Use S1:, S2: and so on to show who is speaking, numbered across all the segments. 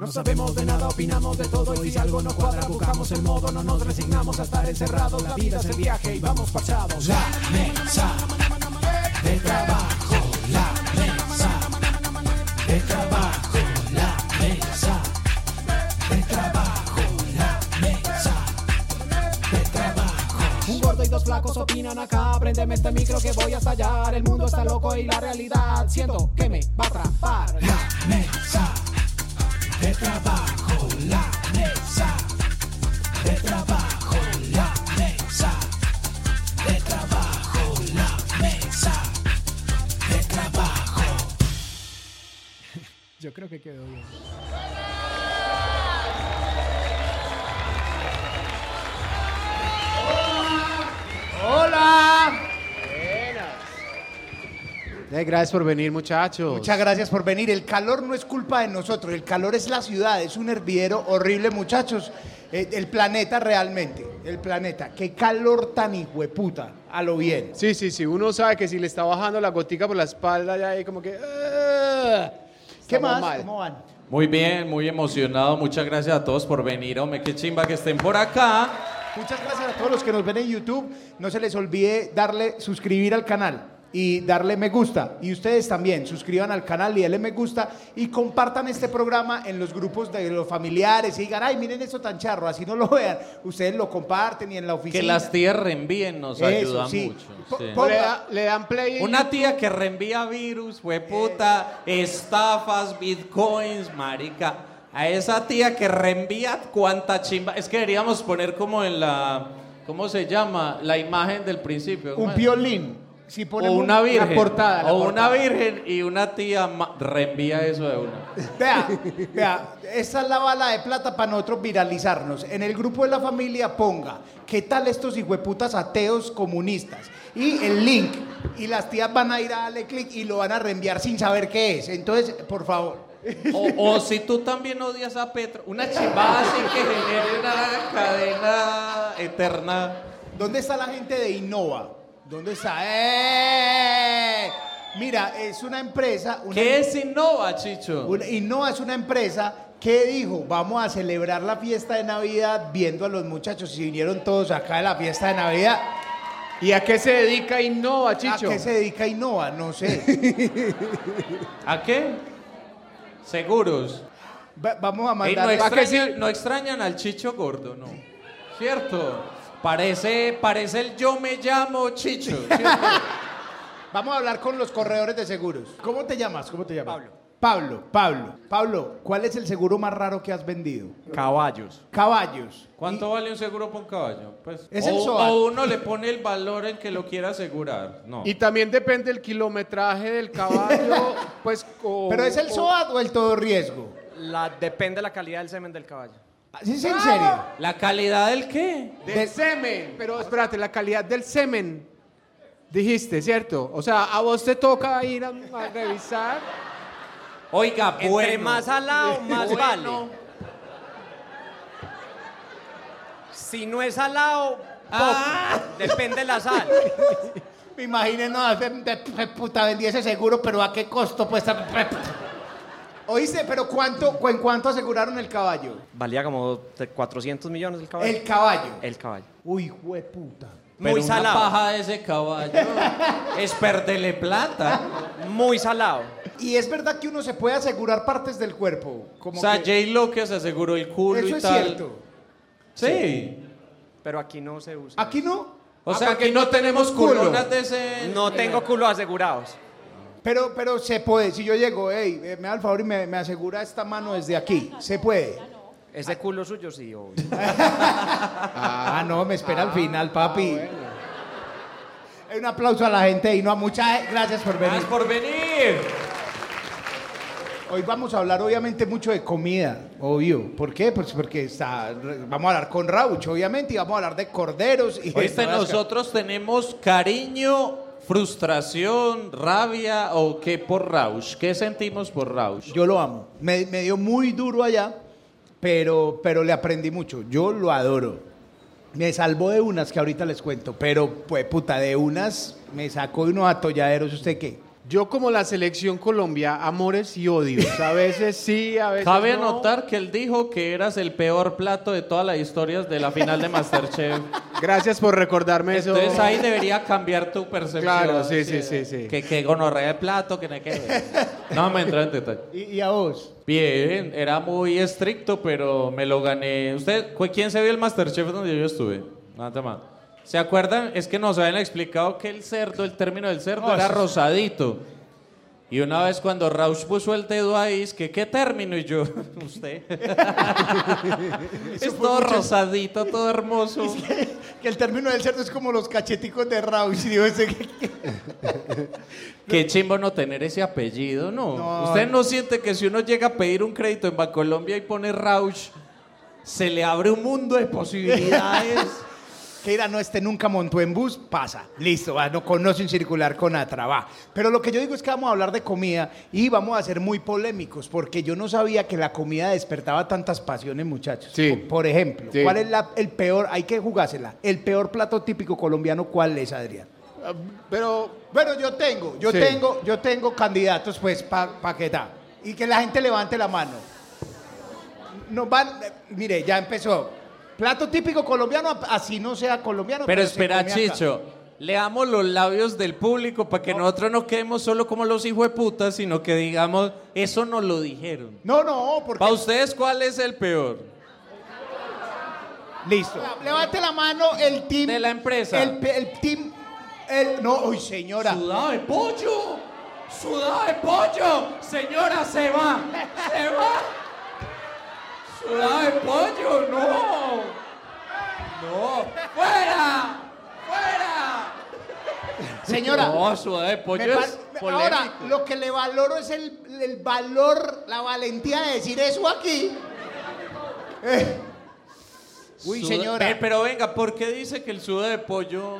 S1: No sabemos de nada, opinamos de todo y si algo no cuadra buscamos el modo, no nos resignamos a estar encerrados. La vida es el viaje y vamos parchados.
S2: La mesa de trabajo, la mesa de trabajo, la mesa de trabajo, la mesa de trabajo.
S1: Un gordo y dos flacos opinan acá, prendeme este micro que voy a estallar. El mundo está loco y la realidad siento que me va a atrapar.
S2: La mesa de trabajo, la mesa de trabajo, la mesa de trabajo, la mesa de trabajo.
S1: Yo creo que quedó bien.
S3: Eh, gracias por venir, muchachos.
S4: Muchas gracias por venir. El calor no es culpa de nosotros, el calor es la ciudad, es un hervidero horrible, muchachos. Eh, El planeta realmente, el planeta. Qué calor tan hijueputa, a lo bien.
S3: Sí, sí, sí. Uno sabe que si le está bajando la gotica por la espalda, ya ahí como que. "Ah".
S4: ¿Qué
S3: Estamos
S4: más?
S3: mal.
S4: ¿Cómo van?
S5: Muy bien, muy emocionado. Muchas gracias a todos por venir. Hombre, qué chimba que estén por acá.
S4: Muchas gracias a todos los que nos ven en YouTube. No se les olvide darle suscribir al canal y darle me gusta. Y ustedes también, suscriban al canal y denle me gusta y compartan este programa en los grupos de los familiares y digan, ay, miren esto tan charro, así no lo vean. Ustedes lo comparten y en la oficina.
S5: Que las tías reenvíen nos
S4: Eso,
S5: ayuda
S4: sí.
S5: mucho.
S4: Po-
S5: sí.
S4: po- eh,
S3: Le, da- le dan play. en
S5: Una tía que reenvía virus,
S4: Eh.
S5: hueputa, estafas, bitcoins, marica. A esa tía que reenvía cuánta chimba. Es que deberíamos poner como en la. ¿Cómo se llama? La imagen del principio. ¿cómo
S4: un
S5: es?
S4: piolín. Si
S5: O
S4: ponemos
S5: una virgen.
S3: portada, la
S5: o
S3: portada.
S5: una virgen y una tía ma- reenvía eso de una.
S4: Vea, vea, esa es la bala de plata para nosotros viralizarnos. En el grupo de la familia ponga, ¿qué tal estos hijueputas ateos comunistas? Y el link. Y las tías van a ir a darle clic y lo van a reenviar sin saber qué es. Entonces, por favor.
S5: O, o si tú también odias a Petro, una chimbada así que genere una cadena eterna.
S4: ¿Dónde está la gente de Innova? ¿Dónde está? ¡Eh! Mira, es una empresa. Una
S5: ¿Qué es Innova, Chicho?
S4: Una- y no es una empresa que dijo, vamos a celebrar la fiesta de Navidad viendo a los muchachos y vinieron todos acá de la fiesta de Navidad.
S3: ¿Y a qué se dedica Innova,
S4: ¿A
S3: Chicho?
S4: qué se dedica Innova? No sé.
S5: ¿A qué? Seguros.
S4: Va- vamos a
S5: Ey, no,
S4: mandar...
S3: ¿Para qué
S5: extrañan, no extrañan al Chicho gordo, no. ¿Cierto? Parece, parece el yo me llamo Chicho. ¿cierto?
S4: Vamos a hablar con los corredores de seguros. ¿Cómo te llamas? ¿Cómo te llamas? Pablo. Pablo, Pablo. Pablo, ¿cuál es el seguro más raro que has vendido?
S6: Caballos.
S4: Caballos.
S5: ¿Cuánto vale un seguro por un caballo? Pues,
S4: Es
S5: o,
S4: el SOAT.
S5: o uno le pone el valor en que lo quiera asegurar. No.
S3: Y también depende el kilometraje del caballo, pues. o-
S4: ¿Pero es el
S3: o-
S4: SOAT o el todo riesgo? Ah,
S6: La, depende de la calidad del semen del caballo.
S4: ¿Sí es en serio?
S5: ¿La calidad del qué?
S3: Del semen. Pero espérate, la calidad del semen. Dijiste, ¿cierto? O sea, a vos te toca ir a, a revisar.
S5: Oiga, bueno.
S6: Entre más alado, más
S5: Bueno.
S6: vale. Si no es alado, poco.
S5: Ah.
S6: depende de la sal.
S4: Me imagino, no, hace- de- de- puta, vendí ese seguro, pero ¿a qué costo? Pues, a- Oíste, pero ¿cuánto, cu- ¿en cuánto aseguraron el caballo?
S6: Valía como de 400 millones el caballo.
S4: El caballo.
S6: El caballo.
S4: Uy, jueputa.
S5: Pero
S6: Muy
S5: una
S6: salado.
S5: paja de ese caballo es perderle plata.
S6: Muy salado.
S4: Y es verdad que uno se puede asegurar partes del cuerpo. Como
S5: o sea,
S4: que-
S5: Jay Locke se aseguró el culo
S4: Eso
S5: y
S4: es
S5: tal.
S4: cierto.
S5: Sí.
S6: Pero aquí no se usa.
S4: Aquí no.
S5: O
S4: Ah,
S5: sea,
S4: porque
S5: aquí no tenemos
S4: culo.
S5: culonas de ese...
S6: No tengo culos asegurados.
S4: Pero, pero se puede. Si yo llego, hey, eh, me da el favor y me, me asegura esta mano desde aquí. Se puede.
S6: Ese culo suyo sí, obvio.
S4: Ah, no, me espera al final, papi.
S6: Ah,
S4: Un aplauso a la gente y no a muchas gracias por venir.
S5: Gracias por venir.
S4: Hoy vamos a hablar obviamente mucho de comida, obvio. ¿Por qué? Pues porque está, vamos a hablar con Rauch, obviamente, y vamos a hablar de corderos. Y
S5: Oíste, nosotros tenemos cariño, frustración, rabia o qué por Rausch. ¿Qué sentimos por Rausch?
S4: Yo lo amo. Me, me dio muy duro allá, pero, pero le aprendí mucho. Yo lo adoro. Me salvó de unas que ahorita les cuento, pero pues puta, de unas me sacó de unos atolladeros. ¿Usted qué?
S3: Yo como la selección Colombia, amores y odios. A veces sí, a veces
S5: Cabe
S3: no.
S5: anotar que él dijo que eras el peor plato de todas las historias de la final de Masterchef.
S3: Gracias por recordarme eso.
S5: Entonces ahí debería cambiar tu percepción.
S3: Claro, sí,
S5: así
S3: sí, sí,
S5: de-
S3: sí.
S5: Que, que gonorrea de plato, que no hay que... No, me entró en detalle.
S4: ¿Y, y a vos?
S5: Bien, era muy estricto, pero me lo gané. ¿Usted, cu- quién se vio el Masterchef donde yo estuve? Nada más. ¿Se acuerdan? Es que nos habían explicado que el cerdo, el término del cerdo,
S3: Ah,
S5: era rosadito. Y una vez cuando Rausch puso el dedo ahí, es que qué término, y yo, usted. es todo rosadito, todo hermoso.
S4: Que el término del cerdo es como los cacheticos de Rausch. Y digo, ese que-
S5: Qué chimbo no tener ese apellido, ¿no?
S4: No.
S5: Usted no siente que si uno llega a pedir un crédito en Bancolombia y pone Rausch, se le abre un mundo de posibilidades.
S4: que irá, no, este nunca montó en bus, pasa. Listo, va, no conoce un circular con Atra, va. Pero lo que yo digo es que vamos a hablar de comida y vamos a ser muy polémicos, porque yo no sabía que la comida despertaba tantas pasiones, muchachos.
S3: Sí.
S4: Por- Por ejemplo,
S3: Sí.
S4: ¿cuál es la- el peor? Hay que jugársela. El peor plato típico colombiano, ¿cuál es, Adrián?
S3: Pero
S4: Bueno, yo tengo, yo
S3: Sí.
S4: tengo, yo tengo candidatos, pues, para pa que da. Y que la gente levante la mano. Nos van, eh, mire, ya empezó. Plato típico colombiano, ap- así no sea colombiano.
S5: Pero
S4: se
S5: espera,
S4: come acá.
S5: Chicho. Leamos los labios del público para que nosotros no quedemos solo como los hijos de puta, sino que digamos, eso nos lo dijeron.
S4: No, no, porque.
S5: Para ustedes, ¿cuál es el peor?
S4: Listo. Levante la mano el team.
S5: De la empresa.
S4: El, pe- el team. El, no, uy, señora.
S5: ¡Sudado de pollo! ¡Sudado de pollo! ¡Señora, se va! ¡Se va! ¡Sudado de pollo! ¡No! ¡No! ¡Fuera! ¡Fuera!
S4: Señora.
S5: No, sudado de
S4: me
S5: pollo
S4: par-
S5: es
S4: me-
S5: polémico.
S4: ahora, lo que le valoro es el, el valor, la valentía de decir eso aquí. Eh. Uy,
S5: Suda-
S4: señora.
S5: Ve, Pero venga, ¿por qué dice que el sudado de pollo...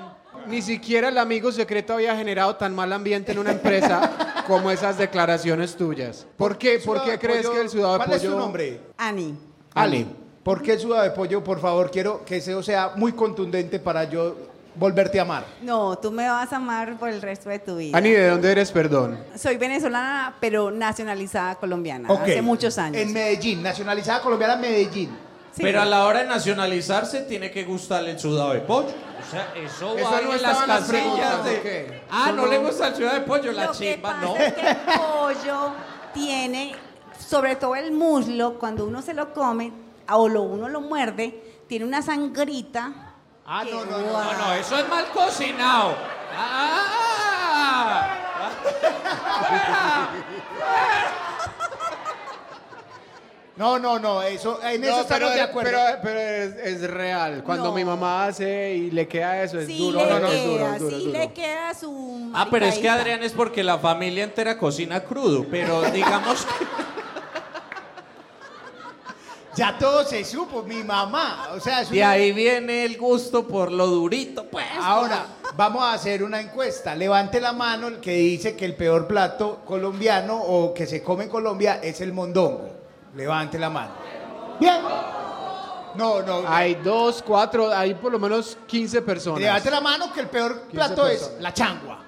S3: ni siquiera el amigo secreto había generado tan mal ambiente en una empresa como esas declaraciones tuyas. ¿Por qué? ¿Por
S4: Sudado
S3: qué
S4: de
S3: crees
S4: pollo-
S3: que el sudado de
S4: ¿Cuál
S3: pollo?
S4: es su nombre?
S7: Ani.
S4: Ale. ¿Por qué el sudado de pollo? Por favor, quiero que eso sea muy contundente para yo volverte a amar.
S7: No, tú me vas a amar por el resto de tu vida.
S3: Ani, eh. ¿de dónde eres? Perdón.
S7: Soy venezolana, pero nacionalizada colombiana.
S4: Ok.
S7: Hace muchos años.
S4: En Medellín, nacionalizada colombiana en Medellín.
S7: Sí.
S5: Pero a la hora de nacionalizarse tiene que gustarle el sudado de pollo. O sea, eso,
S3: Eso
S5: va
S3: no
S5: en las
S3: estaban las
S5: casillas
S3: preguntas,
S5: de...
S3: ¿o qué?
S5: Ah, no,
S3: Solo-
S5: le gusta el sudado de pollo, la
S7: Lo que
S5: chimba,
S7: pasa
S5: ¿no?
S7: es que el pollo tiene, sobre todo el muslo, cuando uno se lo come o lo, uno lo muerde, tiene una sangrita.
S4: Ah,
S7: que-
S4: no, no, no,
S5: No, no, eso es mal cocinado. ¡Ah!
S4: No, no, no, eso, en eso
S3: No,
S4: estamos de acuerdo.
S3: pero- eh, pero es, es real. Cuando
S7: No.
S3: mi mamá hace y le queda eso, es
S7: Sí
S3: duro.
S7: le
S3: No, no,
S7: queda,
S3: es duro, es duro, es
S7: sí
S3: duro.
S7: le queda su
S5: Ah, pero es que
S7: maricadita.
S5: Adrián es porque la familia entera cocina crudo, pero digamos que...
S4: Ya todo se supo, mi mamá. O sea, es
S5: De
S4: una-
S5: ahí viene el gusto por lo durito, pues.
S4: Ahora, vamos a hacer una encuesta. Levante la mano el que dice que el peor plato colombiano o que se come en Colombia es el mondongo. Levante la mano. Bien. No, no.
S3: Hay dos, cuatro, hay por lo menos 15 personas.
S4: Levante la mano que el peor plato es
S3: personas.
S4: la changua.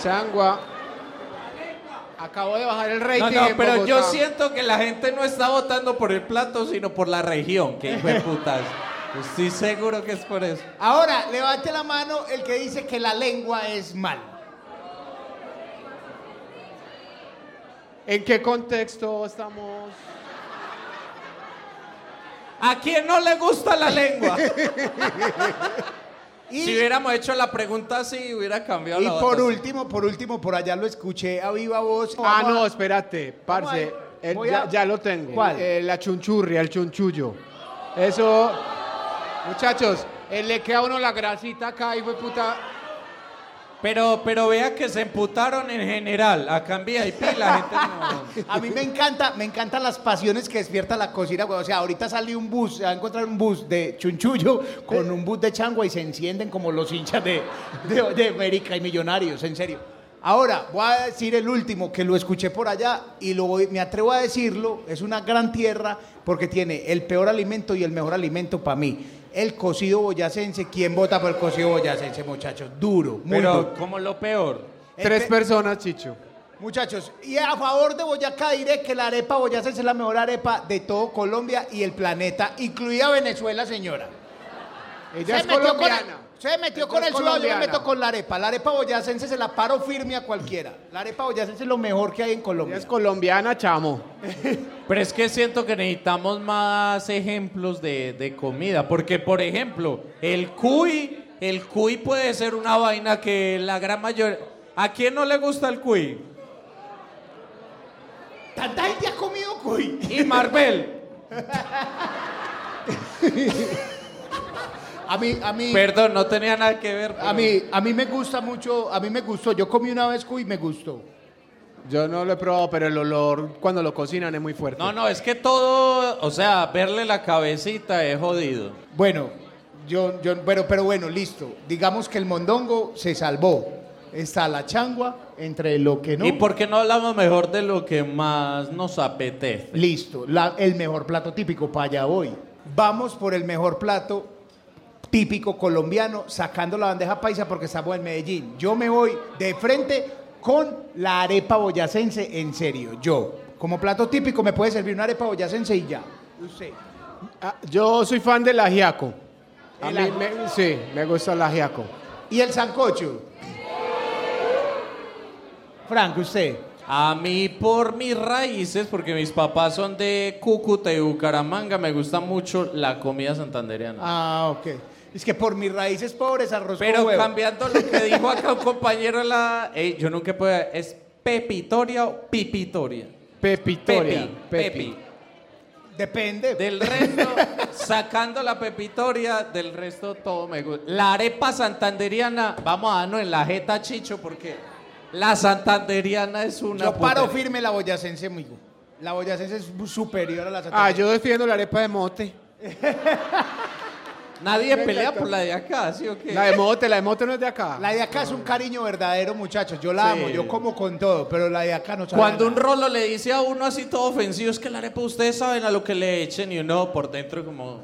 S3: Changua. Acabo de bajar el rating.
S5: No, no,
S3: en
S5: pero yo
S3: Bogotá.
S5: siento que la gente no está votando por el plato, sino por la región. Que hijo de putas. Estoy seguro que es por eso.
S4: Ahora, levante la mano el que dice que la lengua es mal.
S3: ¿En qué contexto estamos?
S5: ¿A quién no le gusta la lengua?
S4: Y-
S5: Si hubiéramos hecho la pregunta así, hubiera cambiado
S4: Y
S5: la
S4: por
S5: votación.
S4: último, por último, por allá lo escuché a viva voz.
S3: ah,
S4: Vamos
S3: no,
S4: a-
S3: espérate, parce.
S4: vamos a-
S3: eh,
S4: voy
S3: ya,
S4: a-
S3: ya lo tengo.
S4: ¿Cuál?
S3: Eh, la chunchurria, el chunchullo. Eso. Muchachos, eh, le queda a uno la grasita acá, hijo de puta.
S5: Pero, pero vea que se emputaron en general. Acá en VIP la gente no.
S4: A mí me encanta, me encantan las pasiones que despierta la cocina, güey. O sea, ahorita sale un bus, se va a encontrar un bus de chunchullo con un bus de changua y se encienden como los hinchas de, de, de América y Millonarios, en serio. Ahora, voy a decir el último que lo escuché por allá y lo voy- me atrevo a decirlo, es una gran tierra porque tiene el peor alimento y el mejor alimento para mí. El cocido boyacense, ¿quién vota por el cocido boyacense, muchachos? Duro, muy duro.
S5: Pero como lo peor.
S3: Tres
S4: Empe-
S3: personas, Chicho.
S4: Muchachos, y a favor de Boyacá diré que la arepa boyacense es la mejor arepa de todo Colombia y el planeta, incluida Venezuela, señora.
S3: Ella es
S4: metió con el-
S3: colombiana.
S4: se metió con
S3: Ella
S4: el
S3: es
S4: sudado, yo me
S3: colombiana.
S4: meto con la arepa. La arepa boyacense se la paro firme a cualquiera. La arepa boyacense es lo mejor que hay en
S3: Ella
S4: Colombia.
S3: es colombiana, chamo.
S5: Pero es que siento que necesitamos más ejemplos de, de comida. Porque, por ejemplo, el cuy, el cuy puede ser una vaina que la gran mayoría. ¿A quién no le gusta el cuy?
S4: ¿Tanta gente ha comido cuy?
S5: Y Marvel.
S4: A mí, a mí...
S5: Perdón, no tenía nada que ver.
S4: A mí, a mí me gusta mucho, a mí me gustó. Yo comí una vez cuy y me gustó.
S3: Yo no lo he probado, pero el olor cuando lo cocinan es muy fuerte.
S5: No, no, es que todo. O sea, verle la cabecita es jodido.
S4: Bueno, yo, yo, pero, pero bueno, listo. Digamos que el mondongo se salvó. Está la changua entre lo que no.
S5: ¿Y por qué no hablamos mejor de lo que más nos apetece?
S4: Listo, la- el mejor plato típico para allá hoy. Vamos por el mejor plato típico colombiano, sacando la bandeja paisa porque estamos en Medellín. Yo me voy de frente con la arepa boyacense, en serio. Yo, como plato típico, me puede servir una arepa boyacense y ya. Usted.
S3: Ah, yo soy fan del ajiaco. A
S4: El
S3: mí
S4: ajiaco.
S3: me, sí, me gusta el ajiaco.
S4: ¿Y el sancocho? Frank, usted.
S5: A mí por mis raíces, porque mis papás son de Cúcuta y Bucaramanga, me gusta mucho la comida santandereana.
S4: Ah, ok. Es que por mis raíces pobres, arroz con
S5: Pero
S4: huevo.
S5: cambiando lo que dijo acá un compañero, la, eh, yo nunca puedo... ¿Es pepitoria o pipitoria?
S3: Pepitoria.
S5: Pepi, pepi.
S4: Depende.
S5: Del resto, sacando la pepitoria, del resto todo me gusta. La arepa santanderiana, vamos a darnos en la jeta, Chicho, porque la santanderiana es una
S4: Yo paro
S5: putería.
S4: firme la boyacense, amigo. La boyacense es superior a la
S3: Ah,
S4: santandereana.
S3: yo defiendo la arepa de mote.
S5: Nadie pelea por la de acá, ¿sí o qué?
S3: La de mote, la de mote no es de acá.
S4: La de acá es un cariño verdadero, muchachos. Yo la amo, yo como con todo, pero la de acá no sabe
S5: Cuando
S4: a
S5: un
S4: nada.
S5: rolo le dice a uno así todo ofensivo, es que la arepa ustedes saben a lo que le echen y uno por dentro como...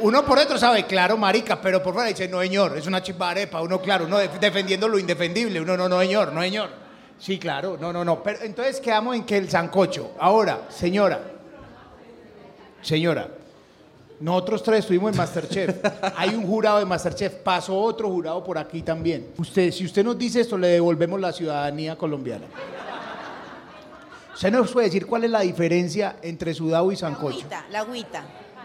S4: Uno por dentro sabe, claro, marica, pero por fuera dice, no, señor, es una chimba arepa. Uno, claro, uno def- defendiendo lo indefendible. Uno, no, no, señor, no, señor. Sí, claro, no, no, no. Pero entonces quedamos en que el sancocho. Ahora, señora, señora, nosotros tres estuvimos en Masterchef. Hay un jurado de Masterchef, pasó otro jurado por aquí también. Usted, si usted nos dice esto, le devolvemos la ciudadanía colombiana. ¿Usted nos puede decir cuál es la diferencia entre sudado y
S7: La
S4: sancocho?
S7: agüita, la agüita.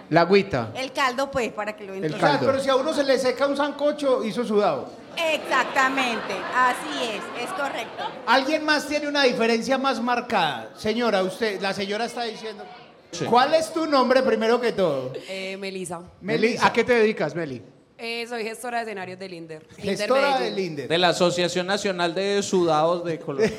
S3: La agüita.
S7: El caldo, pues, para que lo
S4: O
S7: entiendan.
S4: sea,
S3: caldo.
S4: pero si a uno se le seca un sancocho, hizo sudado.
S7: Exactamente, así es, es correcto.
S4: ¿Alguien más tiene una diferencia más marcada? Señora, usted, la señora está diciendo. ¿Cuál es tu nombre primero que todo?
S8: Eh, Melisa,
S3: Meli,
S4: Melissa,
S3: ¿a qué te dedicas, Meli?
S8: soy gestora de escenarios de Linder. Linder
S4: gestora
S8: Medellín.
S4: del INDER.
S5: De la Asociación Nacional de Sudados de Colombia.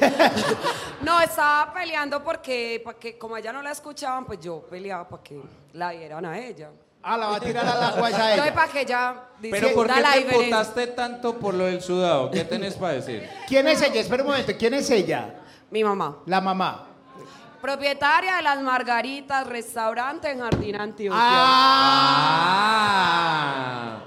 S8: No, estaba peleando porque, pa' que como ella no la escuchaban, pues yo peleaba para que la vieran a ella.
S4: Ah, la va a tirar al agua esa
S8: Entonces,
S4: ella.
S8: para que ella
S5: Pero
S8: dice,
S5: ¿por
S8: da
S5: qué
S8: la
S5: te
S8: diferencia.
S5: putaste tanto por lo del sudado? ¿Qué tenés para decir?
S4: ¿Quién es ella? Espera un momento, ¿quién es ella?
S8: Mi mamá,
S4: La mamá.
S8: propietaria de las margaritas, restaurante en Jardín Antioquia.
S5: Ah.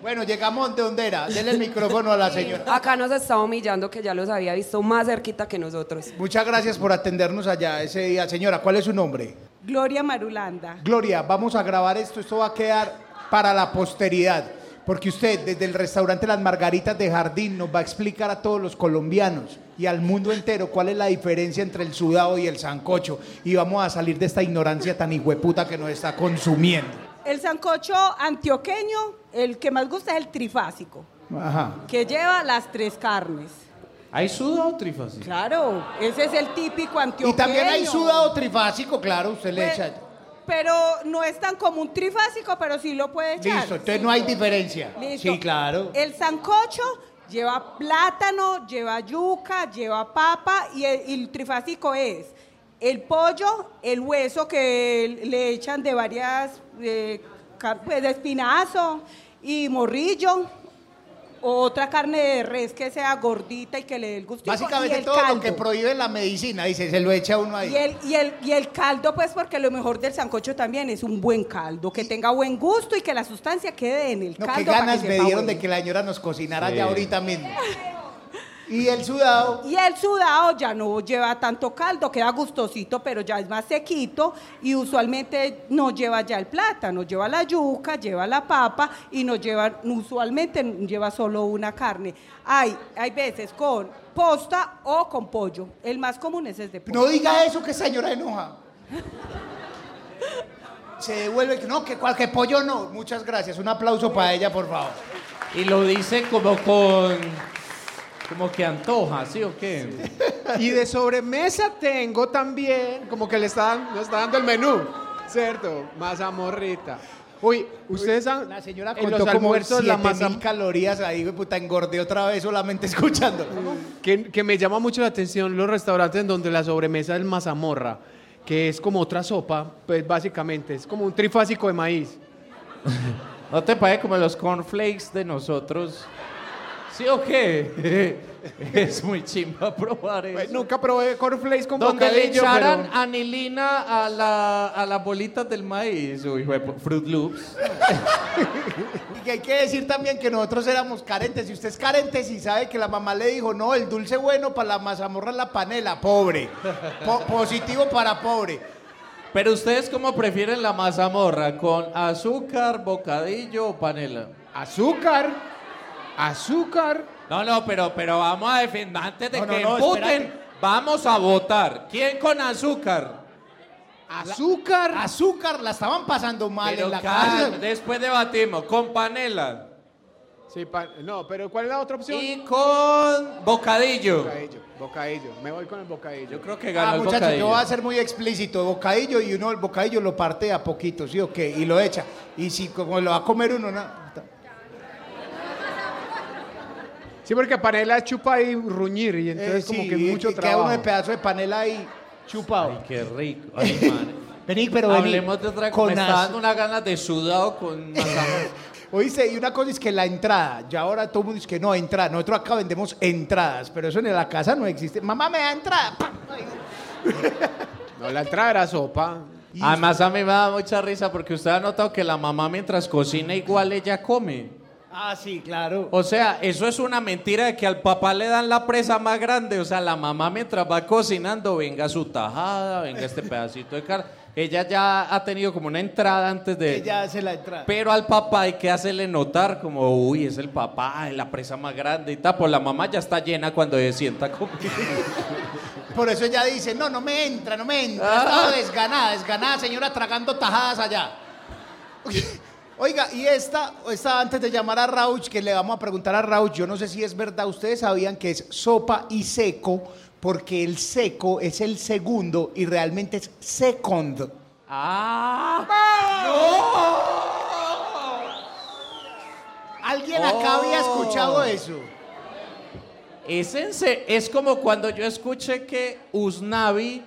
S4: Bueno, llegamos de donde era. Denle el micrófono a la señora.
S8: Acá nos está humillando que ya los había visto más cerquita que nosotros.
S4: Muchas gracias por atendernos allá ese día. Señora, ¿cuál es su nombre?
S9: Gloria Marulanda.
S4: Gloria, vamos a grabar esto, esto va a quedar para la posteridad, porque usted desde el restaurante Las Margaritas de Jardín nos va a explicar a todos los colombianos y al mundo entero cuál es la diferencia entre el sudado y el sancocho y vamos a salir de esta ignorancia tan hijueputa que nos está consumiendo.
S9: El sancocho antioqueño, el que más gusta es el trifásico,
S4: Ajá.
S9: que lleva las tres carnes.
S5: ¿Hay sudado trifásico?
S9: Claro, ese es el típico
S4: Y
S9: antioqueño.
S4: también hay sudado trifásico, claro, usted le
S9: Pues,
S4: echa.
S9: Pero no es tan común trifásico, pero sí lo puede echar.
S4: Listo, entonces
S9: Sí.
S4: no hay diferencia.
S9: Listo.
S4: Sí, claro.
S9: El sancocho lleva plátano, lleva yuca, lleva papa y el, y el trifásico es el pollo, el hueso que le echan de varias, eh, car- pues, de espinazo y morrillo. o Otra carne de res que sea gordita y que le dé el gusto.
S4: Básicamente todo lo que prohíbe la medicina, dice, se lo echa uno ahí.
S9: Y el, y, el, y el caldo, pues, porque lo mejor del sancocho también es un buen caldo, que tenga buen gusto y que la sustancia quede en el
S4: No,
S9: caldo.
S4: qué
S9: para que
S4: ganas me
S9: sepa
S4: dieron
S9: bueno.
S4: de que la señora nos cocinara
S5: Sí.
S4: ya ahorita mismo. Y el sudado.
S9: Y el sudado ya no lleva tanto caldo, queda gustosito, pero ya es más sequito y usualmente no lleva ya el plátano, lleva la yuca, lleva la papa y no lleva, usualmente lleva solo una carne. Hay, hay veces con posta o con pollo. El más común es el de pollo.
S4: No diga eso que esa señora enoja. Se devuelve que no, que cualquier pollo no. Muchas gracias. Un aplauso para ella, por favor.
S5: Y lo dice como con. Como que antoja, ¿sí o qué?
S3: Y de sobremesa tengo también, como que le están, nos está dando el menú, ¿cierto? Mazamorrita. Uy, ustedes han.
S4: La señora
S3: en
S4: contó
S3: los
S4: como
S3: almuerzos la
S4: 7.000
S3: mazam-
S4: calorías ahí, hijo de puta, engordé otra vez solamente escuchándolo.
S3: que, que me llama mucho la atención los restaurantes en donde la sobremesa es mazamorra, que es como otra sopa, pues básicamente, es como un trifásico de maíz.
S5: No te parece como los cornflakes de nosotros. ¿Sí o qué? es muy chimba probar eso.
S3: Pues nunca probé cornflakes con
S5: Donde le
S3: bocadillo,
S5: echaran
S3: pero-
S5: anilina a la, a la bolita del maíz, uy, jue- Fruit Loops.
S4: Y que hay que decir también que nosotros éramos carentes. Y usted es carente si sabe que la mamá le dijo, no, el dulce bueno para la mazamorra es la panela, pobre. Po- positivo para pobre.
S5: Pero ustedes, ¿cómo prefieren la mazamorra? ¿Con azúcar, bocadillo o panela?
S3: Azúcar, azúcar.
S5: No, no, pero, pero vamos a defender. Antes de
S4: No, no,
S5: que
S4: no,
S5: emputen,
S4: espérate.
S5: vamos a votar. ¿Quién con azúcar?
S3: Azúcar.
S4: Azúcar, la estaban pasando mal
S5: Pero
S4: en la
S5: calma,
S4: casa.
S5: después debatimos. Con panela
S3: Sí, pa- no, pero ¿cuál es la otra opción?
S5: y con bocadillo.
S3: Bocadillo, bocadillo. Me voy con el bocadillo.
S5: Yo creo que ganó
S4: Ah,
S5: el
S4: muchachos,
S5: bocadillo.
S4: yo voy a ser muy explícito. Bocadillo y uno el bocadillo lo parte a poquito, ¿sí o qué? Y lo echa. Y si como lo va a comer uno, na-
S3: Sí, porque panela es chupa y ruñir, y entonces
S4: Eh,
S3: como
S4: sí,
S3: que
S4: y-
S3: es mucho
S4: y Queda
S3: trabajo.
S4: uno de pedazo de panela ahí
S5: Ay,
S4: chupado.
S5: qué rico. Ay, man.
S4: Vení, pero vení.
S5: Hablemos de otra cosa.
S4: Con
S5: Me está
S4: az-
S5: dando una gana de sudado con mazamorra.
S4: Oíste, y una cosa es que la entrada, ya ahora todo el mundo dice que no, entrada. Nosotros acá vendemos entradas, pero eso en la casa no existe. Mamá me da entrada. ¡pam!
S3: No, la entrada era sopa.
S5: Además, a mí me da mucha risa porque usted ha notado que la mamá mientras cocina igual ella come.
S4: Ah, sí, claro.
S5: O sea, eso es una mentira de que al papá le dan la presa más grande. O sea, la mamá mientras va cocinando, venga su tajada, venga este pedacito de carne. Ella ya ha tenido como una entrada antes de...
S4: Ella hace la entrada.
S5: Pero al papá hay que hacerle notar como, uy, es el papá, es la presa más grande y tal. Pues la mamá ya está llena cuando se sienta conmigo.
S4: Por eso ella dice, no, no me entra, no me
S5: Ah.
S4: entra. Estaba desganada, desganada, señora, tragando tajadas allá. Oiga, y esta, esta antes de llamar a Rauch, que le vamos a preguntar a Rauch, yo no sé si es verdad, ustedes sabían que es sopa y seco, porque el seco es el segundo y realmente es second.
S5: Ah.
S4: ¿Alguien acá había
S5: Oh.
S4: escuchado eso?
S5: Es, en se- es como cuando yo escuché que Usnavi,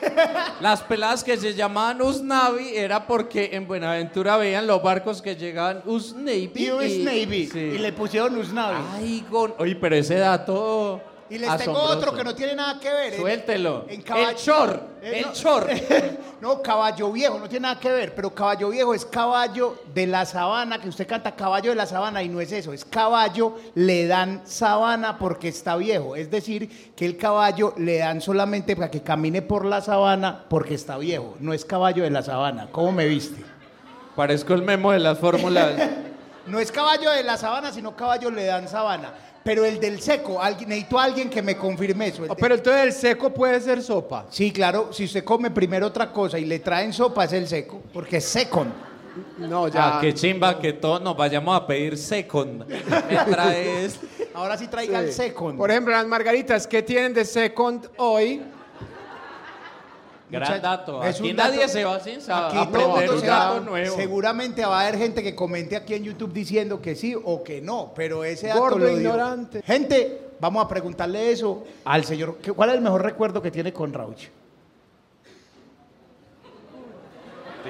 S5: las peladas que se llamaban Usnavi, era porque en Buenaventura veían los barcos que llegaban Usnavi.
S4: US Navy.
S5: sí. Ah,
S4: Y le pusieron Usnavi.
S5: Ay, gon- Oye, pero ese dato.
S4: Y les
S5: asombroso.
S4: tengo otro que no tiene nada que ver. En-
S5: Suéltelo.
S4: en caballo-
S5: El chor.
S4: Eh,
S5: el
S4: no.
S5: chor.
S4: no, caballo viejo, no tiene nada que ver, pero caballo viejo es caballo de la sabana, que usted canta caballo de la sabana y no es eso, es caballo le dan sabana porque está viejo, es decir, que el caballo le dan solamente para que camine por la sabana porque está viejo, no es caballo de la sabana, ¿cómo me viste?
S5: Parezco el memo de las fórmulas.
S4: No es caballo de la sabana, sino caballo le dan sabana, pero el del seco, alguien, necesito a alguien que me confirme eso. el
S3: Ah,
S4: de-
S3: Pero entonces el seco puede ser sopa.
S4: Sí, claro, si usted come primero otra cosa y le traen sopa es el seco, porque es second.
S3: No, ya.
S5: Ya,
S4: Ah.
S5: qué chimba que todos nos vayamos a pedir second. Entra es.
S4: Ahora sí traiga el second.
S3: Por ejemplo, las margaritas, ¿qué tienen de second hoy?
S5: Gran
S4: Muchacho,
S5: dato.
S4: es
S5: Aquí
S4: un
S5: nadie
S4: dato-
S5: se va sin
S4: Aquí
S5: saber.
S4: todo el
S5: Ah, Aprender
S4: mundo
S5: un
S4: se va-
S5: dato nuevo.
S4: Seguramente va a haber gente que comente aquí en YouTube diciendo que sí o que no, pero ese dato
S3: Gordo
S4: lo dio.
S3: ignorante.
S4: Gente, vamos a preguntarle eso al señor. ¿Qué- ¿Cuál es el mejor recuerdo que tiene con Rauch?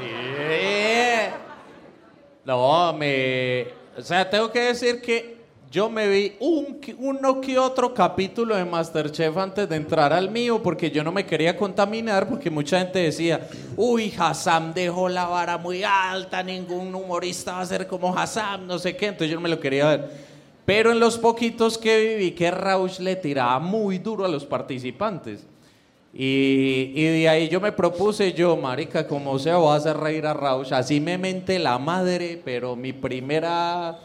S5: Sí. No, me. O sea, tengo que decir que yo me vi un, que- uno que otro capítulo de Masterchef antes de entrar al mío, porque yo no me quería contaminar, porque mucha gente decía, uy, Hassam dejó la vara muy alta, ningún humorista va a ser como Hassam, no sé qué, entonces yo no me lo quería ver. Pero en los poquitos que viví, que Rausch le tiraba muy duro a los participantes. Y, y de ahí yo me propuse, yo, marica, como sea, voy a hacer reír a Rausch. Así me mente la madre, pero mi primera...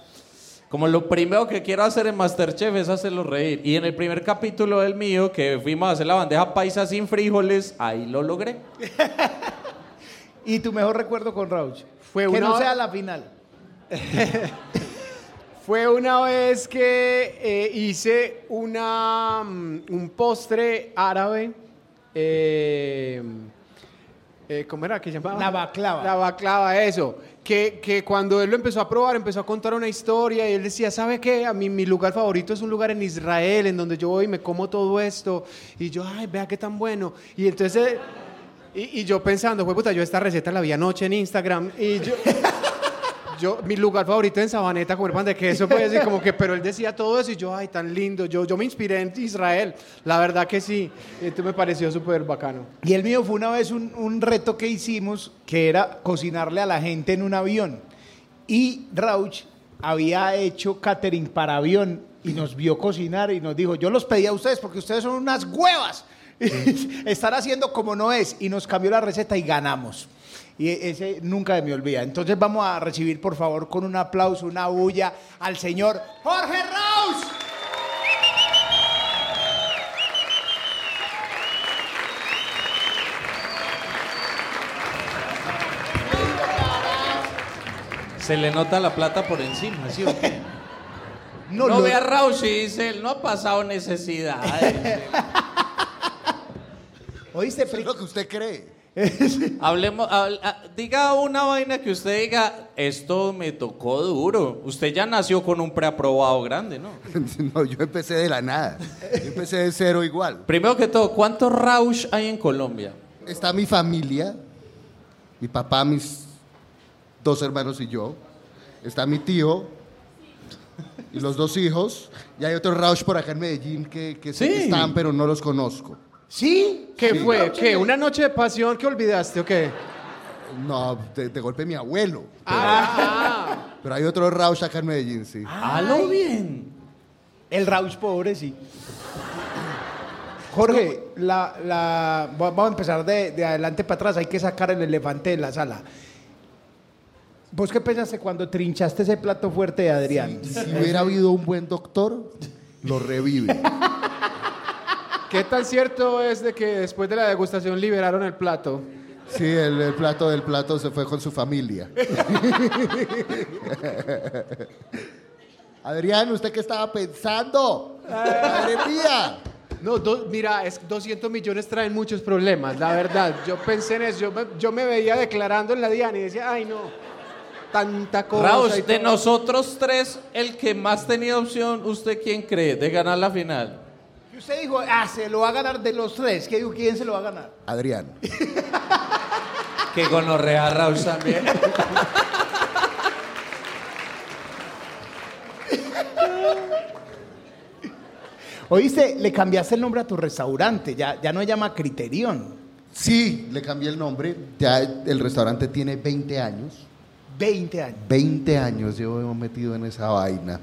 S5: Como lo primero que quiero hacer en Masterchef es hacerlo reír. Y en el primer capítulo del mío, que fuimos a hacer la bandeja paisa sin frijoles, ahí lo logré.
S4: ¿Y tu mejor recuerdo con Rauch?
S3: Fue
S4: que no
S3: una-
S4: sea la final.
S3: Fue una vez que eh, hice una, mm, un postre árabe. eh, eh, ¿Cómo era que se llamaba?
S4: La baklava.
S3: La baklava, eso. Que, que cuando él lo empezó a probar, empezó a contar una historia y él decía, ¿sabe qué? A mí mi lugar favorito es un lugar en Israel, en donde yo voy y me como todo esto. Y yo, ay, vea qué tan bueno. Y entonces... eh, Y, y yo pensando, "Jue puta, yo esta receta la vi anoche en Instagram y yo... Yo, mi lugar favorito en Sabaneta, comer pan de queso, pues, y como que, pero él decía todo eso y yo, ay, tan lindo, yo, yo me inspiré en Israel, la verdad que sí, esto me pareció súper bacano.
S4: Y el mío fue una vez un, un reto que hicimos que era cocinarle a la gente en un avión. Y Rauch había hecho catering para avión y nos vio cocinar y nos dijo, yo los pedí a ustedes porque ustedes son unas huevas. Están haciendo como no es. Y nos cambió la receta y ganamos. Y e- ese nunca me olvida. Entonces vamos a recibir, por favor, con un aplauso, una bulla al señor Jorge Rauch.
S5: Se le nota la plata por encima, ¿sí o qué?
S4: No,
S5: No,
S4: lo-
S5: ve a Rausch y dice, él no ha pasado necesidades.
S4: ¿Oíste, Pri?
S10: es lo que usted cree.
S5: Hablemos, habl- ah, diga una vaina que usted diga, esto me tocó duro. Usted ya nació con un preaprobado grande, ¿no?
S10: No, yo empecé de la nada. Yo empecé de cero igual.
S5: Primero que todo, ¿cuántos Rausch hay en Colombia?
S10: Está mi familia, mi papá, mis dos hermanos y yo. Está mi tío y los dos hijos. Y hay otro Rausch por acá en Medellín que, que sé que
S5: Sí.
S10: están, pero no los conozco.
S4: ¿Sí?
S3: ¿Qué fue? ¿Qué? ¿Una noche de pasión que olvidaste o qué?
S10: No, de, de golpe mi abuelo. Pero,
S3: Ah,
S10: pero hay otro Rausch acá en Medellín, sí.
S5: ¡Halo bien!
S4: El Rauch pobre, sí. Jorge, la, la- va- vamos a empezar de, de adelante para atrás. Hay que sacar el elefante de la sala. ¿Vos qué pensaste cuando trinchaste ese plato fuerte de Adrián?
S10: Y si hubiera habido un buen doctor, lo revive.
S3: ¿Qué tan cierto es de que después de la degustación liberaron el plato?
S10: Sí, el, el plato del plato se fue con su familia. Adrián, ¿usted qué estaba pensando? ¡Madre mía!
S3: No, do- mira, es 200 millones traen muchos problemas, la verdad. Yo pensé en eso, yo me, yo me veía declarando en la DIAN y decía, ay no, tanta cosa. y
S5: Rausch, de
S3: todo".
S5: nosotros tres, el que más tenía opción, ¿usted quién cree de ganar la final?
S4: Y usted dijo, ah, se lo va a ganar de los tres. ¿Qué digo? ¿Quién se lo va a ganar?
S10: Adrián.
S5: Que gonorrea Rausch también.
S4: Oíste, le cambiaste el nombre a tu restaurante. Ya, ya no se llama Criterion.
S10: Sí, le cambié el nombre. Ya el restaurante tiene 20 años.
S4: 20 años.
S10: 20 años llevo metido en esa vaina.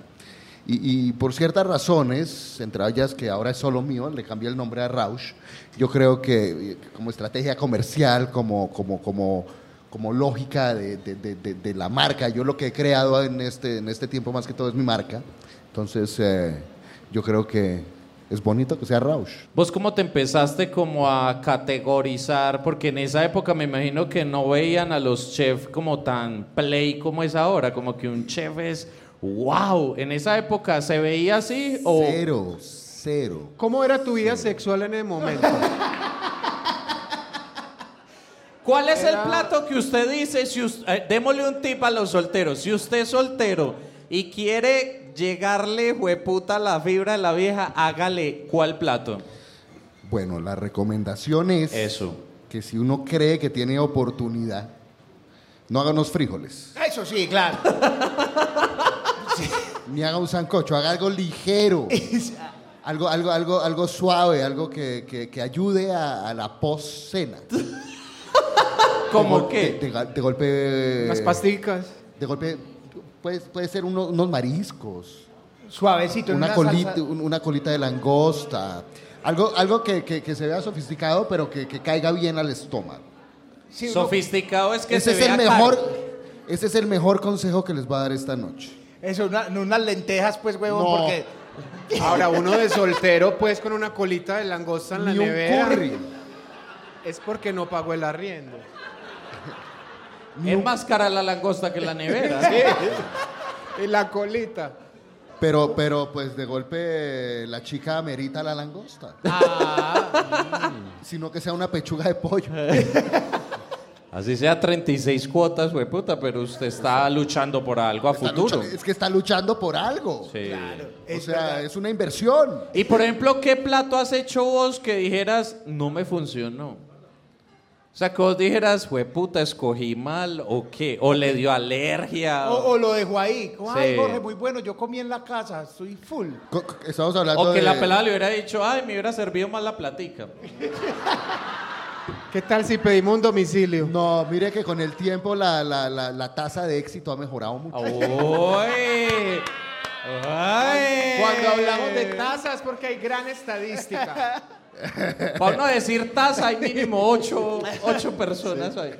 S10: Y, y por ciertas razones, entre ellas que ahora es solo mío, le cambié el nombre a Rausch. Yo creo que eh, como estrategia comercial, como, como, como, como lógica de, de- de- de- de la marca, yo lo que he creado en este, en este tiempo más que todo es mi marca. Entonces, eh, yo creo que es bonito que sea Rausch.
S5: ¿Vos cómo te empezaste como a categorizar? Porque en esa época me imagino que no veían a los chefs como tan play como es ahora, como que un chef es wow. ¿En esa época se veía así o
S10: Cero, cero.
S3: ¿Cómo era tu vida sexual en el momento?
S5: ¿Cuál es el plato que usted dice? Si us- eh, démosle un tip a los solteros. Si usted es soltero y quiere llegarle, jueputa, la fibra de la vieja, hágale cuál plato.
S10: Bueno, la recomendación es
S5: Eso.
S10: que si uno cree que tiene oportunidad, no haga unos frijoles,
S4: Eso sí, claro.
S10: ni haga un sancocho, haga algo ligero, algo, algo, algo, algo suave, algo que, que- que ayude a, a la post cena.
S5: ¿Cómo qué?
S10: De, ga- de golpe.
S3: Las pasticas.
S10: De golpe, pues, puede ser uno- unos mariscos.
S4: Suavecito, en
S10: una,
S4: una
S10: colita,
S4: salsa-
S10: un- una colita de langosta. Algo, algo que, que- que se vea sofisticado, pero que, que caiga bien al estómago.
S4: Sí, uno-
S5: Sofisticado es que
S10: ese
S5: se
S10: es el
S5: vea
S10: mejor,
S5: caro.
S10: ese es el mejor consejo que les va a dar esta noche.
S4: Eso, una- no unas lentejas, pues, huevón,
S10: No.
S4: porque...
S3: Ahora, uno de soltero, pues, con una colita de langosta en la
S10: Ni un
S3: nevera.
S10: curry.
S3: Es porque no pagó el arriendo.
S5: Es más cara la langosta que la nevera.
S3: Y la colita.
S10: Pero, pero pues de golpe la chica amerita la langosta.
S4: Ah.
S10: Sino que sea una pechuga de pollo.
S5: Así sea 36 cuotas, güey puta, pero usted está luchando por algo a
S10: Está
S5: futuro.
S10: luchando- es que está luchando por algo.
S5: Sí.
S10: O sea, es una inversión.
S5: Y por ejemplo, ¿qué plato has hecho vos que dijeras no me funcionó? O sea, que vos dijeras, güey puta, escogí mal o qué, o le dio alergia.
S4: O, o lo dejo ahí. Como, Ay,
S5: Sí.
S4: Jorge, muy bueno, yo comí en la casa, estoy full.
S10: Co- co- Estamos hablando
S5: O que
S10: de-
S5: la pelada le hubiera dicho, ay, me hubiera servido mal la platica.
S3: ¿Qué tal si pedimos un domicilio?
S10: No, mire que con el tiempo la, la- la- la tasa de éxito ha mejorado mucho.
S5: ¡Ay!
S4: Eh.
S5: ¡Ay!
S3: Cuando hablamos de tasas, porque hay gran estadística.
S5: Para no decir taza, hay mínimo ocho, ocho personas ahí.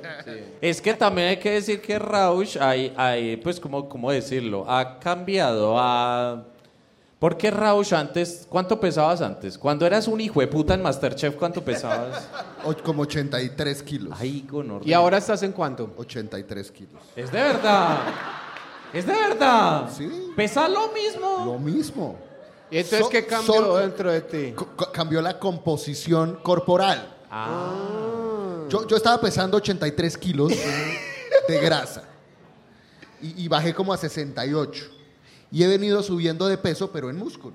S5: Es que también hay que decir que Rausch, hay, hay, pues, ¿cómo, ¿cómo decirlo? Ha cambiado a... Porque Rausch antes, ¿cuánto pesabas antes? Cuando eras un hijo de puta en Masterchef, ¿cuánto pesabas?
S10: O- como 83 kilos.
S5: Ay, gonorrea.
S3: ¿Y ahora estás en cuánto?
S10: 83 kilos.
S5: Es de verdad. Es de verdad.
S10: Sí.
S5: Pesa lo mismo.
S10: Lo mismo.
S3: ¿Y entonces
S10: So-
S3: qué cambió
S10: sol-
S3: dentro de ti?
S10: Co- co- cambió la composición corporal. Yo, yo estaba pesando 83 kilos de grasa y, y bajé como a 68. Y he venido subiendo de peso, pero en músculo.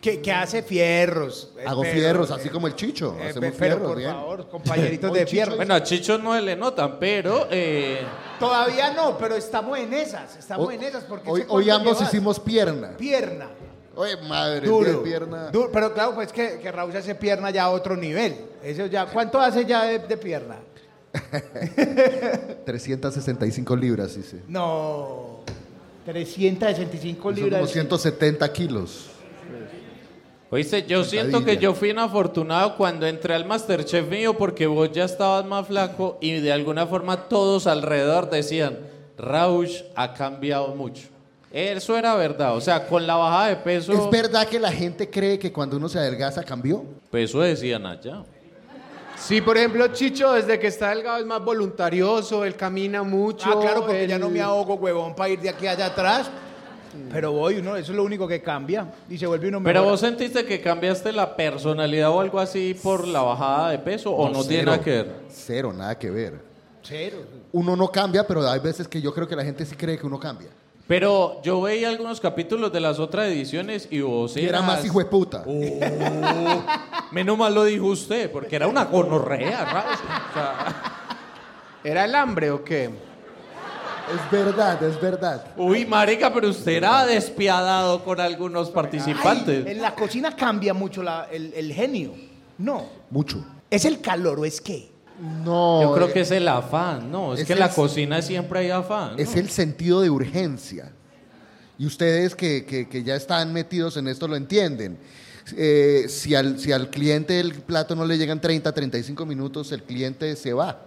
S4: Que, que hace fierros. Eh,
S10: Hago
S4: pero-
S10: fierros, así como el chicho.
S4: eh,
S10: Hacemos
S4: pero
S10: fierros,
S4: por
S10: bien.
S4: favor, compañeritos
S10: Un
S4: de
S10: chicho
S4: fierro.
S5: Bueno, a Chicho no le notan, pero... eh,
S4: Todavía no, pero estamos en esas, estamos
S10: Hoy-
S4: en esas. Porque
S10: hoy
S4: sé
S10: hoy
S4: cuánto
S10: ambos
S4: llevas.
S10: hicimos pierna.
S4: Pierna,
S10: Oye, madre, el día de
S4: duro,
S10: pierna.
S4: duro, Pero claro, pues que, que Raúl hace pierna ya a otro nivel. Eso ya, ¿Cuánto hace ya de, de pierna?
S10: 365 libras, dice.
S4: No, 365
S10: Son
S4: libras.
S10: como 170 kilos.
S5: Oíste, yo siento que
S10: Sentadilla.
S5: yo fui inafortunado cuando entré al Masterchef mío porque vos ya estabas más flaco y de alguna forma todos alrededor decían, Rausch ha cambiado mucho. Eso era verdad, o sea, con la bajada de peso,
S10: ¿Es verdad que la gente cree que cuando uno se adelgaza cambió?
S5: peso Pues decían allá.
S3: Sí, por ejemplo, Chicho, desde que está delgado es más voluntarioso, él camina mucho.
S4: Ah, claro, porque ya
S3: él-
S4: no me ahogo, huevón, para ir de aquí allá atrás. Pero voy, uno, eso es lo único que cambia. Y se vuelve uno mejor.
S5: Pero vos sentiste que cambiaste la personalidad o algo así por la bajada de peso o no, tiene nada que ver.
S10: Cero, nada que ver.
S4: Cero.
S10: Uno no cambia, pero hay veces que yo creo que la gente sí cree que uno cambia.
S5: Pero yo veía algunos capítulos de las otras ediciones y vos
S10: Y era
S5: eras-
S10: más hijo de puta.
S5: Oh, menos mal lo dijo usted, porque era una gonorrea, Rausch. O sea,
S3: ¿Era el hambre o qué?
S10: Es verdad, es verdad.
S5: uy, marica, pero usted era despiadado con algunos
S4: Ay,
S5: participantes.
S4: en la cocina cambia mucho la- el, el genio. No.
S10: Mucho.
S4: ¿Es el calor o es qué?
S10: No.
S5: Yo creo
S10: eh,
S5: que es el afán, ¿no? Es,
S10: es
S5: que en la
S10: el-
S5: cocina siempre hay afán. ¿no?
S10: es el sentido de urgencia. Y ustedes que, que- que ya están metidos en esto lo entienden. Eh, si, al, si al cliente el plato no le llegan 30, 35 minutos, el cliente se va.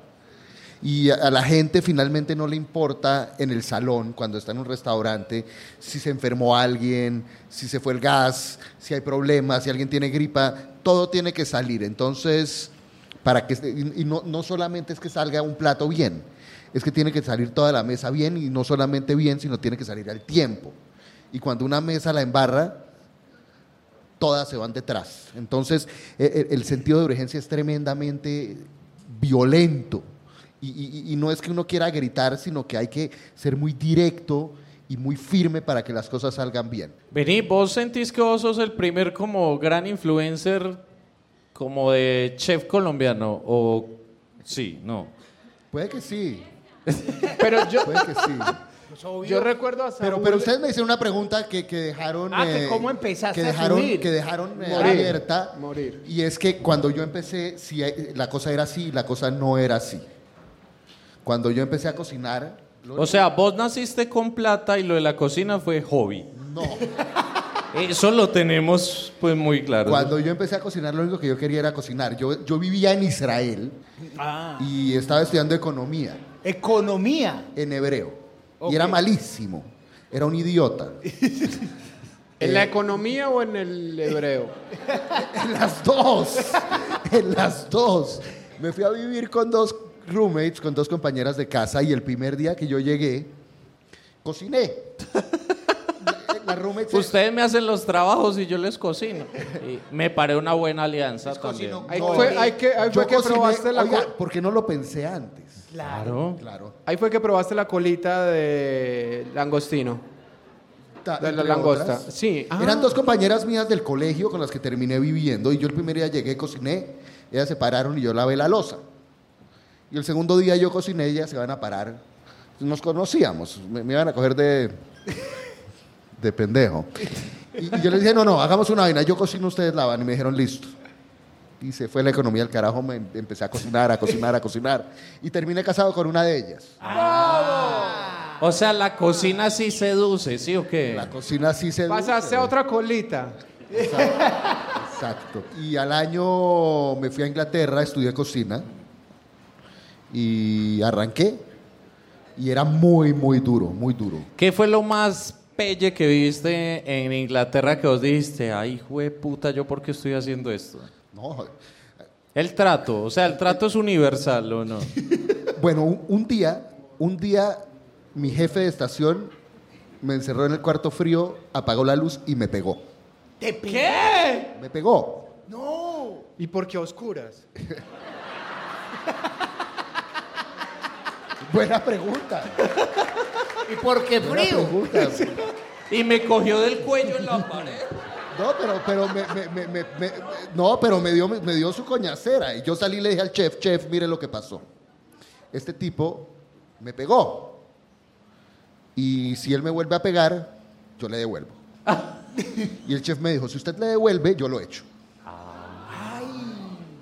S10: Y a, a la gente finalmente no le importa en el salón, cuando está en un restaurante, si se enfermó alguien, si se fue el gas, si hay problemas, si alguien tiene gripa, todo tiene que salir. Entonces, para que, y y no, no solamente es que salga un plato bien, es que tiene que salir toda la mesa bien y no solamente bien, sino tiene que salir al tiempo. Y cuando una mesa la embarra, todas se van detrás. Entonces, e- e- el sentido de urgencia es tremendamente violento. Y, y- y no es que uno quiera gritar, sino que hay que ser muy directo y muy firme para que las cosas salgan bien.
S5: Vení, vos sentís que vos sos el primer como gran influencer como de chef colombiano o sí, no.
S10: Puede que sí,
S3: Pero yo,
S10: puede que sí.
S4: Pues
S3: yo recuerdo a Saúl.
S10: Pero, pero ustedes me hicieron una pregunta que, que dejaron. eh,
S4: Ah, que cómo empezaste
S10: que
S4: a
S10: dejaron,
S4: subir.
S10: Que dejaron eh,
S3: Morir,
S10: abierta.
S3: morir.
S10: Y es que cuando yo empecé, sí, eh, la cosa era así y la cosa no era así. Cuando yo empecé a cocinar. lo-
S5: O sea, vos naciste con plata y lo de la cocina fue hobby.
S10: No.
S5: Eso lo tenemos pues muy claro.
S9: Cuando yo empecé a cocinar, lo único que yo quería era cocinar. Yo, yo vivía en Israel y estaba estudiando economía.
S4: Economía.
S9: En hebreo. Y era
S3: Ok.
S9: malísimo. Era un idiota.
S3: ¿En
S10: Eh,
S3: la economía o en el hebreo?
S9: En las dos. En las dos. Me fui a vivir con dos roommates, con dos compañeras de casa y el primer día que yo llegué, cociné. La roommate se-
S5: Ustedes me hacen los trabajos y yo les cocino. Y me paré una buena alianza también.
S3: Ahí
S9: No,
S3: fue, ahí que, ahí
S9: yo
S3: fue que
S9: cociné-
S3: probaste la
S9: Oiga,
S3: co-
S9: ¿por qué no lo pensé antes?
S5: Claro.
S9: Claro.
S3: ahí fue que probaste la colita de langostino.
S9: Ta-
S3: De la
S9: entre
S3: langosta,
S9: otras.
S3: sí. Ah.
S9: Eran dos compañeras mías del colegio con las que terminé viviendo y yo el primer día llegué, cociné, ellas se pararon y yo lavé la losa. Y el segundo día yo cociné, ellas se van a parar. Nos conocíamos, me, me iban a coger de, de pendejo. Y, y yo les dije, no, no, hagamos una vaina, yo cocino, ustedes lavan. Y me dijeron, listo. Y se fue la economía al carajo, me em- empecé a cocinar, a cocinar, a cocinar. Y terminé casado con una de ellas.
S5: O sea, la cocina sí seduce, ¿sí o qué?
S9: La cocina sí se...
S3: Pasaste a otra colita.
S9: Exacto. Y al año me fui a Inglaterra, estudié cocina y arranqué. Y era muy, muy duro, muy duro.
S5: ¿Qué fue lo más pelle que viviste en Inglaterra que vos dijiste, ay, jue puta, ¿yo por qué estoy haciendo esto?
S9: No.
S5: El trato, o sea, el trato es universal, ¿o no?
S9: Bueno, un, un día, un día mi jefe de estación me encerró en el cuarto frío, apagó la luz y me pegó.
S3: ¿Qué?
S9: Me pegó.
S3: ¿Y por qué a oscuras?
S9: Buena pregunta.
S7: ¿Y por qué
S9: Buena
S7: frío?
S9: pregunta.
S5: Y me cogió del cuello en la pared.
S9: No, pero, pero me, me- me- me- me- no, pero me dio, me dio su coñacera. Y yo salí y le dije al chef, chef, mire lo que pasó. Este tipo me pegó. Y si él me vuelve a pegar, yo le devuelvo. y el chef me dijo, si usted le devuelve, yo lo echo.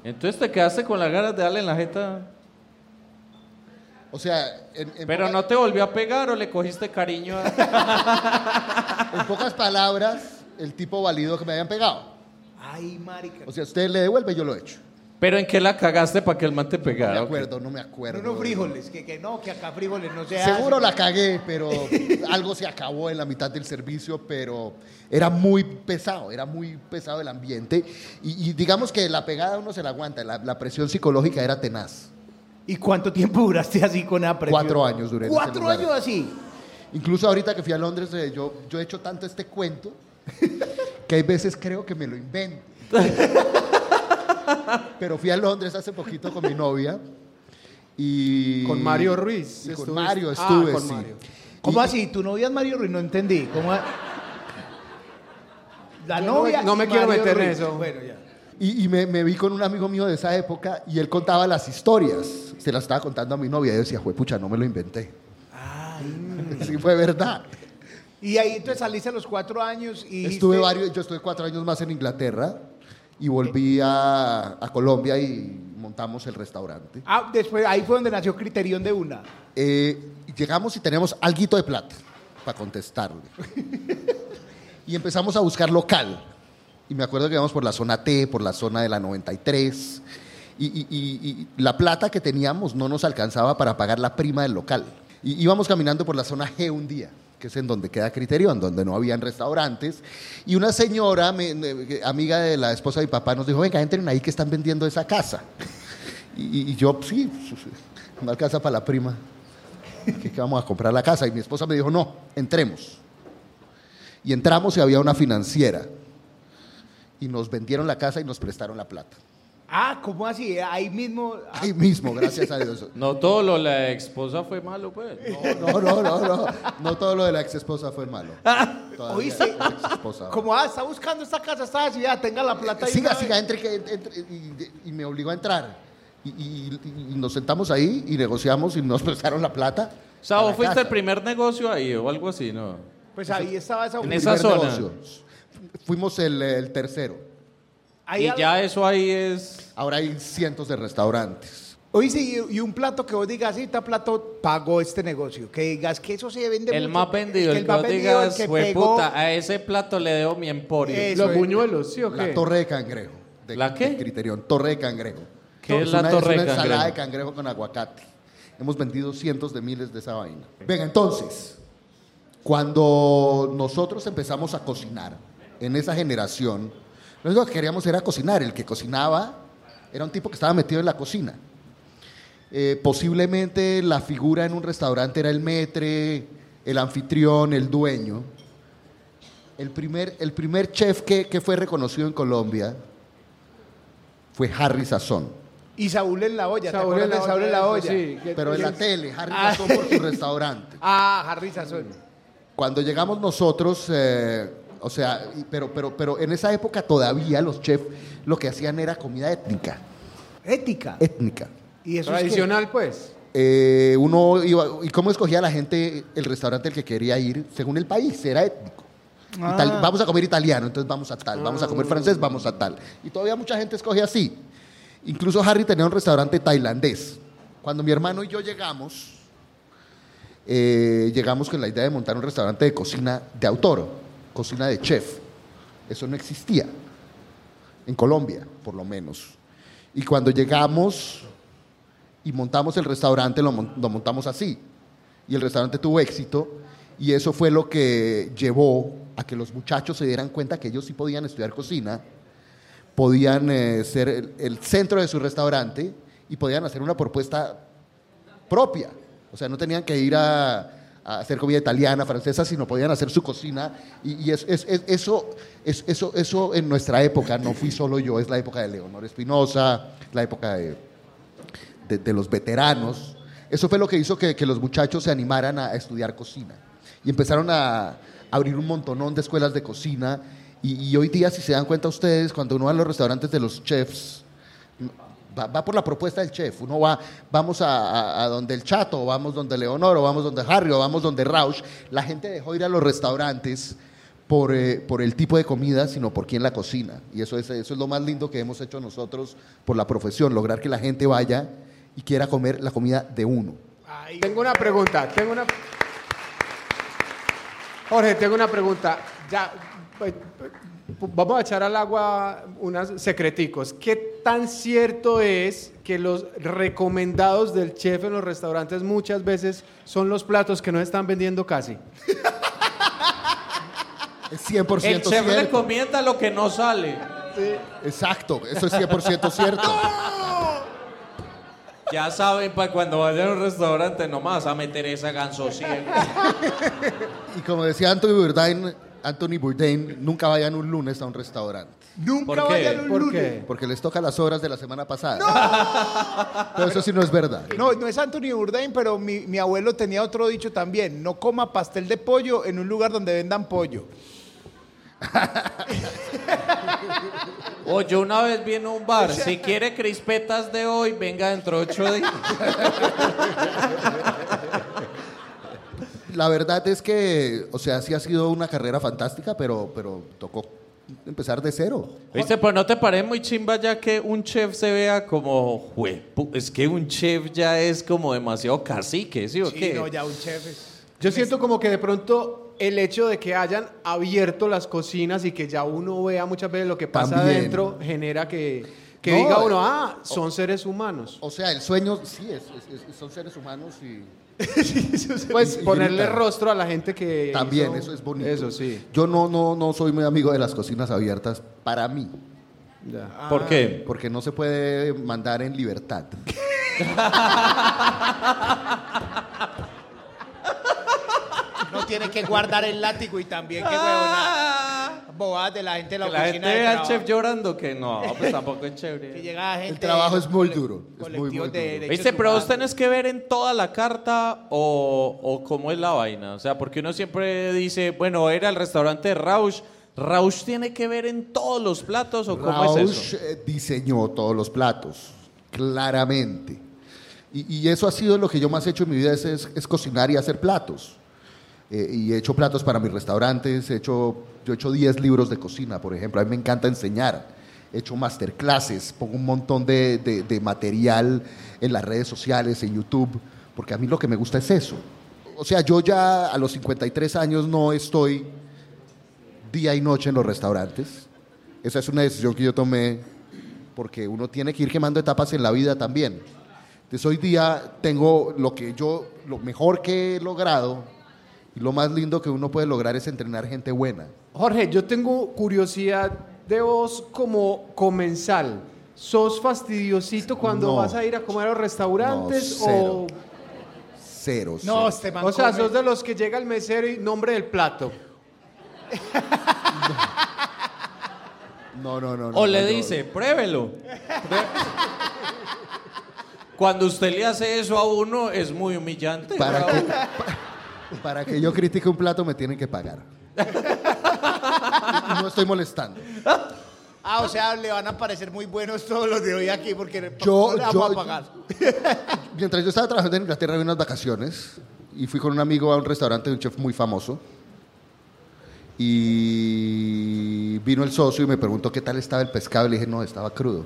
S5: Entonces te quedaste con las ganas de darle en la jeta.
S9: O sea, en, en
S5: Pero
S9: poca-
S5: no te volvió a pegar o le cogiste cariño a...
S9: en pocas palabras, el tipo validó que me habían pegado.
S4: Ay, marica.
S9: O sea, usted le devuelve, yo lo echo.
S5: Pero en qué la cagaste para que el man te
S9: No
S5: pegara.
S9: me
S5: ¿o qué?
S9: acuerdo, no me acuerdo.
S4: Unos frijoles, que, que no, que acá frijoles no se
S9: Seguro
S4: hacen.
S9: la cagué, pero algo se acabó en la mitad del servicio, pero era muy pesado, era muy pesado el ambiente. Y, y digamos que la pegada uno se la aguanta, la, la presión psicológica era tenaz.
S4: ¿Y cuánto tiempo duraste así con la presión?
S9: Cuatro años duré en ese
S4: ¿Cuatro
S9: lugar.
S4: años así?
S9: Incluso ahorita que fui a Londres, eh, yo, yo he hecho tanto este cuento que hay veces creo que me lo invento. Pero fui a Londres hace poquito con mi novia y...
S3: Con Mario Ruiz
S9: y con
S3: estuviste.
S9: Mario
S3: Ah,
S9: estuve,
S3: con
S9: sí.
S3: Mario.
S4: ¿Cómo
S9: Y-
S4: así? ¿Tu novia es Mario Ruiz? No entendí. ¿Cómo a- La
S3: Yo no-
S4: novia.
S3: no
S4: y
S3: me quiero
S4: Mario
S3: meter en
S4: Ruiz.
S3: eso.
S4: Bueno, ya.
S9: Y, y me, me vi con un amigo mío de esa época y él contaba las historias. Se las estaba contando a mi novia y yo decía, pucha, no me lo inventé. sí, fue verdad.
S4: Y ahí entonces saliste a los cuatro años y. dijiste-
S9: Estuve varios, yo estuve cuatro años más en Inglaterra y volví a, a Colombia y montamos el restaurante.
S4: Ah, después, ahí fue donde nació Criterión de una.
S9: Eh, llegamos y tenemos alguito de plata para contestarle. y empezamos a buscar local. Y me acuerdo que íbamos por la zona T, por la zona de la 93. Y, y- y- y la plata que teníamos no nos alcanzaba para pagar la prima del local. Y íbamos caminando por la zona G un día, que es en donde queda Criterión, donde no habían restaurantes. Y una señora, me- me- que- amiga de la esposa de mi papá, nos dijo, venga, entren ahí que están vendiendo esa casa. Y, y yo, sí, no alcanza para la prima. que, que vamos a comprar la casa. Y mi esposa me dijo, no, entremos. Y entramos y había una financiera. Y nos vendieron la casa y nos prestaron la plata.
S4: Ah, ¿cómo así? Ahí mismo. ah,
S9: Ahí mismo, gracias a Dios.
S5: No todo lo de la esposa fue malo, pues. No.
S9: Oh, No, no, no, no. Ah, No todo lo de la ex esposa fue malo. Todavía
S4: ¿Oíste?
S9: la exesposa.
S4: Como, ah, está buscando esta casa, esta ciudad, tenga la plata. ahí
S9: Siga,
S4: una
S9: siga,
S4: vez.
S9: entre, que entre- y, y me obligó a entrar. Y, y- y nos sentamos ahí y negociamos y nos prestaron la plata.
S5: O sea,
S9: para
S5: vos
S9: la
S5: fuiste
S9: casa.
S5: el primer negocio ahí o algo así, ¿no?
S4: Pues ahí estaba esa.
S5: En
S9: El
S5: esa
S9: primer
S5: zona.
S9: Fuimos el, el tercero.
S4: Ahí
S5: y
S4: al-
S5: ya eso ahí es...
S9: Ahora hay cientos de restaurantes.
S4: Oye, sí, y y un plato que vos digas, "Sí, este plato pagó este negocio. Que digas que eso se vende
S5: El
S4: mucho,
S5: más vendido,
S4: que
S5: el, que vos
S4: vendido, el
S5: digas,
S4: que
S5: "Jue
S4: pegó".
S5: puta, a ese plato le debo mi emporio.
S4: Eso, Los eh. buñuelos, ¿sí o qué?
S9: La torre de cangrejo. De,
S5: ¿La qué?
S9: de Criterion, torre de cangrejo.
S5: ¿Qué es la torre de
S9: una ensalada de
S5: cangrejo?
S9: cangrejo con aguacate. Hemos vendido cientos de miles de esa vaina. Venga, entonces, cuando nosotros empezamos a cocinar, en esa generación, lo único que queríamos era cocinar. El que cocinaba era un tipo que estaba metido en la cocina. Eh, posiblemente la figura en un restaurante era el metre, el anfitrión, el dueño. El primer, el primer chef que, que fue reconocido en Colombia fue Harry Sazón.
S4: Y Saúl en la olla, ¿te
S3: Saúl en
S4: acuerdas de
S3: la
S4: Saúl en la
S3: olla,
S4: olla?
S3: sí, que-
S9: Pero en la
S4: Sí.
S9: tele, Harry
S4: Ah.
S9: Sazón por su restaurante.
S4: Ah, Harry Sazón.
S9: Cuando llegamos nosotros, eh, o sea, y- pero, pero, pero en esa época todavía los chefs lo que hacían era comida étnica.
S4: Ética.
S9: Étnica.
S4: Y eso
S3: Tradicional, pues.
S9: Eh, uno iba, ¿y cómo escogía la gente el restaurante al que quería ir? Según el país, era étnico. Itali- vamos a comer italiano, entonces vamos a tal. Vamos a comer francés, vamos a tal. Y todavía mucha gente escoge así. Incluso Harry tenía un restaurante tailandés. Cuando mi hermano y yo llegamos, eh, llegamos con la idea de montar un restaurante de cocina de autor, cocina de chef. Eso no existía, en Colombia, por lo menos. Y cuando llegamos y montamos el restaurante, lo, mon- lo montamos así. Y el restaurante tuvo éxito y eso fue lo que llevó a que los muchachos se dieran cuenta que ellos sí podían estudiar cocina, podían eh, ser el, el centro de su restaurante y podían hacer una propuesta propia. O sea, no tenían que ir a, a hacer comida italiana, francesa, sino podían hacer su cocina. Y, y es- es- es- eso, es- eso, eso en nuestra época, no fui solo yo, es la época de Leonor Espinosa, la época de de, de los veteranos. Eso fue lo que hizo que, que los muchachos se animaran a, a estudiar cocina. Y empezaron a abrir un montonón de escuelas de cocina. Y, y hoy día, si se dan cuenta ustedes, cuando uno va a los restaurantes de los chefs, va, va por la propuesta del chef. Uno va, vamos a, a- a donde el Chato, o vamos donde Leonor, o vamos donde Harry, o vamos donde Rausch. La gente dejó ir a los restaurantes por, eh, por el tipo de comida, sino por quién la cocina. Y eso es, eso es lo más lindo que hemos hecho nosotros por la profesión, lograr que la gente vaya y quiera comer la comida de uno.
S3: Tengo una pregunta, tengo una... Jorge, tengo una pregunta. Ya, pues, pues, vamos a echar al agua unos secreticos. ¿Qué tan cierto es que los recomendados del chef en los restaurantes muchas veces son los platos que no están vendiendo casi?
S9: Es 100%
S5: El
S9: cierto.
S5: chef recomienda lo que no sale.
S9: Exacto, eso es 100% cierto.
S5: Ya saben, para cuando vayan a un restaurante nomás a meter esa ganso ciego.
S9: Y como decía Anthony Bourdain, Anthony Bourdain, nunca vayan un lunes a un restaurante.
S5: ¿Por qué?
S4: vayan un
S3: ¿Por
S4: lunes.
S3: qué?
S9: Porque les toca las horas de la semana pasada. Pero eso sí no es verdad.
S11: Eh,
S4: No, no es Anthony Bourdain, pero mi, mi abuelo tenía otro dicho también. No coma pastel de pollo en un lugar donde vendan pollo.
S5: O yo una vez vi en un bar, si quiere crispetas de hoy, venga dentro de ocho días.
S9: La verdad es que, o sea, sí ha sido una carrera fantástica, pero, pero tocó empezar de cero.
S5: Viste, pues no te parece muy chimba ya que un chef se vea como, "Jue pu- es que un chef ya es como demasiado cacique, ¿sí o
S4: Sí,
S5: qué?
S4: no, ya un chef es-
S3: Yo siento como que de pronto el hecho de que hayan abierto las cocinas y que ya uno vea muchas veces lo que pasa
S9: También.
S3: adentro genera que, que
S9: No,
S3: diga uno,
S9: eh,
S3: ah, son seres humanos.
S9: O sea, el sueño sí es, es- es- son seres humanos y
S3: Pues
S9: Y
S3: ponerle
S9: gritar.
S3: rostro a la gente que.
S9: también
S3: hizo-
S9: eso es bonito.
S3: Eso sí.
S9: Yo no, no, no soy muy amigo de las cocinas abiertas para mí,
S3: ya.
S11: ah,
S5: ¿Por qué?
S9: porque no se puede mandar en libertad.
S11: No tiene que guardar el látigo y también que huevona. Bobadas de la gente de la
S5: Que la gente
S11: oficina. de
S5: vea al
S11: trabajo.
S5: chef llorando que no, pues tampoco es
S11: Que
S5: chévere.
S11: llega gente
S9: El trabajo
S11: de
S9: es
S11: los
S9: muy
S11: cole-
S9: duro, es muy, muy
S11: colectivos de
S9: duro.
S11: derechos
S5: Viste, pero vos
S11: humanos.
S5: tenés que ver en toda la carta o, o cómo es la vaina. O sea, porque uno siempre dice, bueno, era el restaurante de Rausch. ¿Rausch tiene que ver en todos los platos o cómo es
S9: Rausch
S5: eso?
S9: eh, diseñó todos los platos, claramente. Y, y eso ha sido lo que yo más he hecho en mi vida, es, es- es cocinar y hacer platos. Eh, y he hecho platos para mis restaurantes, he hecho, yo he hecho 10 libros de cocina, por ejemplo. A mí me encanta enseñar. he hecho masterclasses, pongo un montón de, de- de material en las redes sociales, en YouTube, porque a mí lo que me gusta es eso. O sea, yo ya a los 53 años no estoy día y noche en los restaurantes. Esa es una decisión que yo tomé porque uno tiene que ir quemando etapas en la vida también. Entonces hoy día tengo lo que yo, lo mejor que he logrado y lo más lindo que uno puede lograr es entrenar gente buena.
S3: Jorge, yo tengo curiosidad de vos como comensal. ¿Sos fastidiosito cuando
S9: No.
S3: vas a ir a comer a los restaurantes
S9: No,
S3: o
S9: cero. Cero.
S3: No,
S4: este
S9: cero.
S3: O sea, sos de los que llega el mesero y nombre del plato.
S9: No, no, no.
S5: O
S9: no,
S5: le
S9: no.
S5: dice, pruébelo. Cuando usted le hace eso a uno, es muy humillante.
S9: Para
S5: bravo.
S9: Para que yo critique un plato me tienen que pagar. No estoy molestando.
S4: Ah, o sea, le van a parecer muy buenos todos los de hoy aquí porque
S9: Yo-
S4: no le
S9: yo-
S4: vamos a pagar.
S9: Mientras yo estaba trabajando en Inglaterra, había unas vacaciones y fui con un amigo a un restaurante de un chef muy famoso. Y vino el socio y me preguntó qué tal estaba el pescado. Y le dije, no, estaba crudo.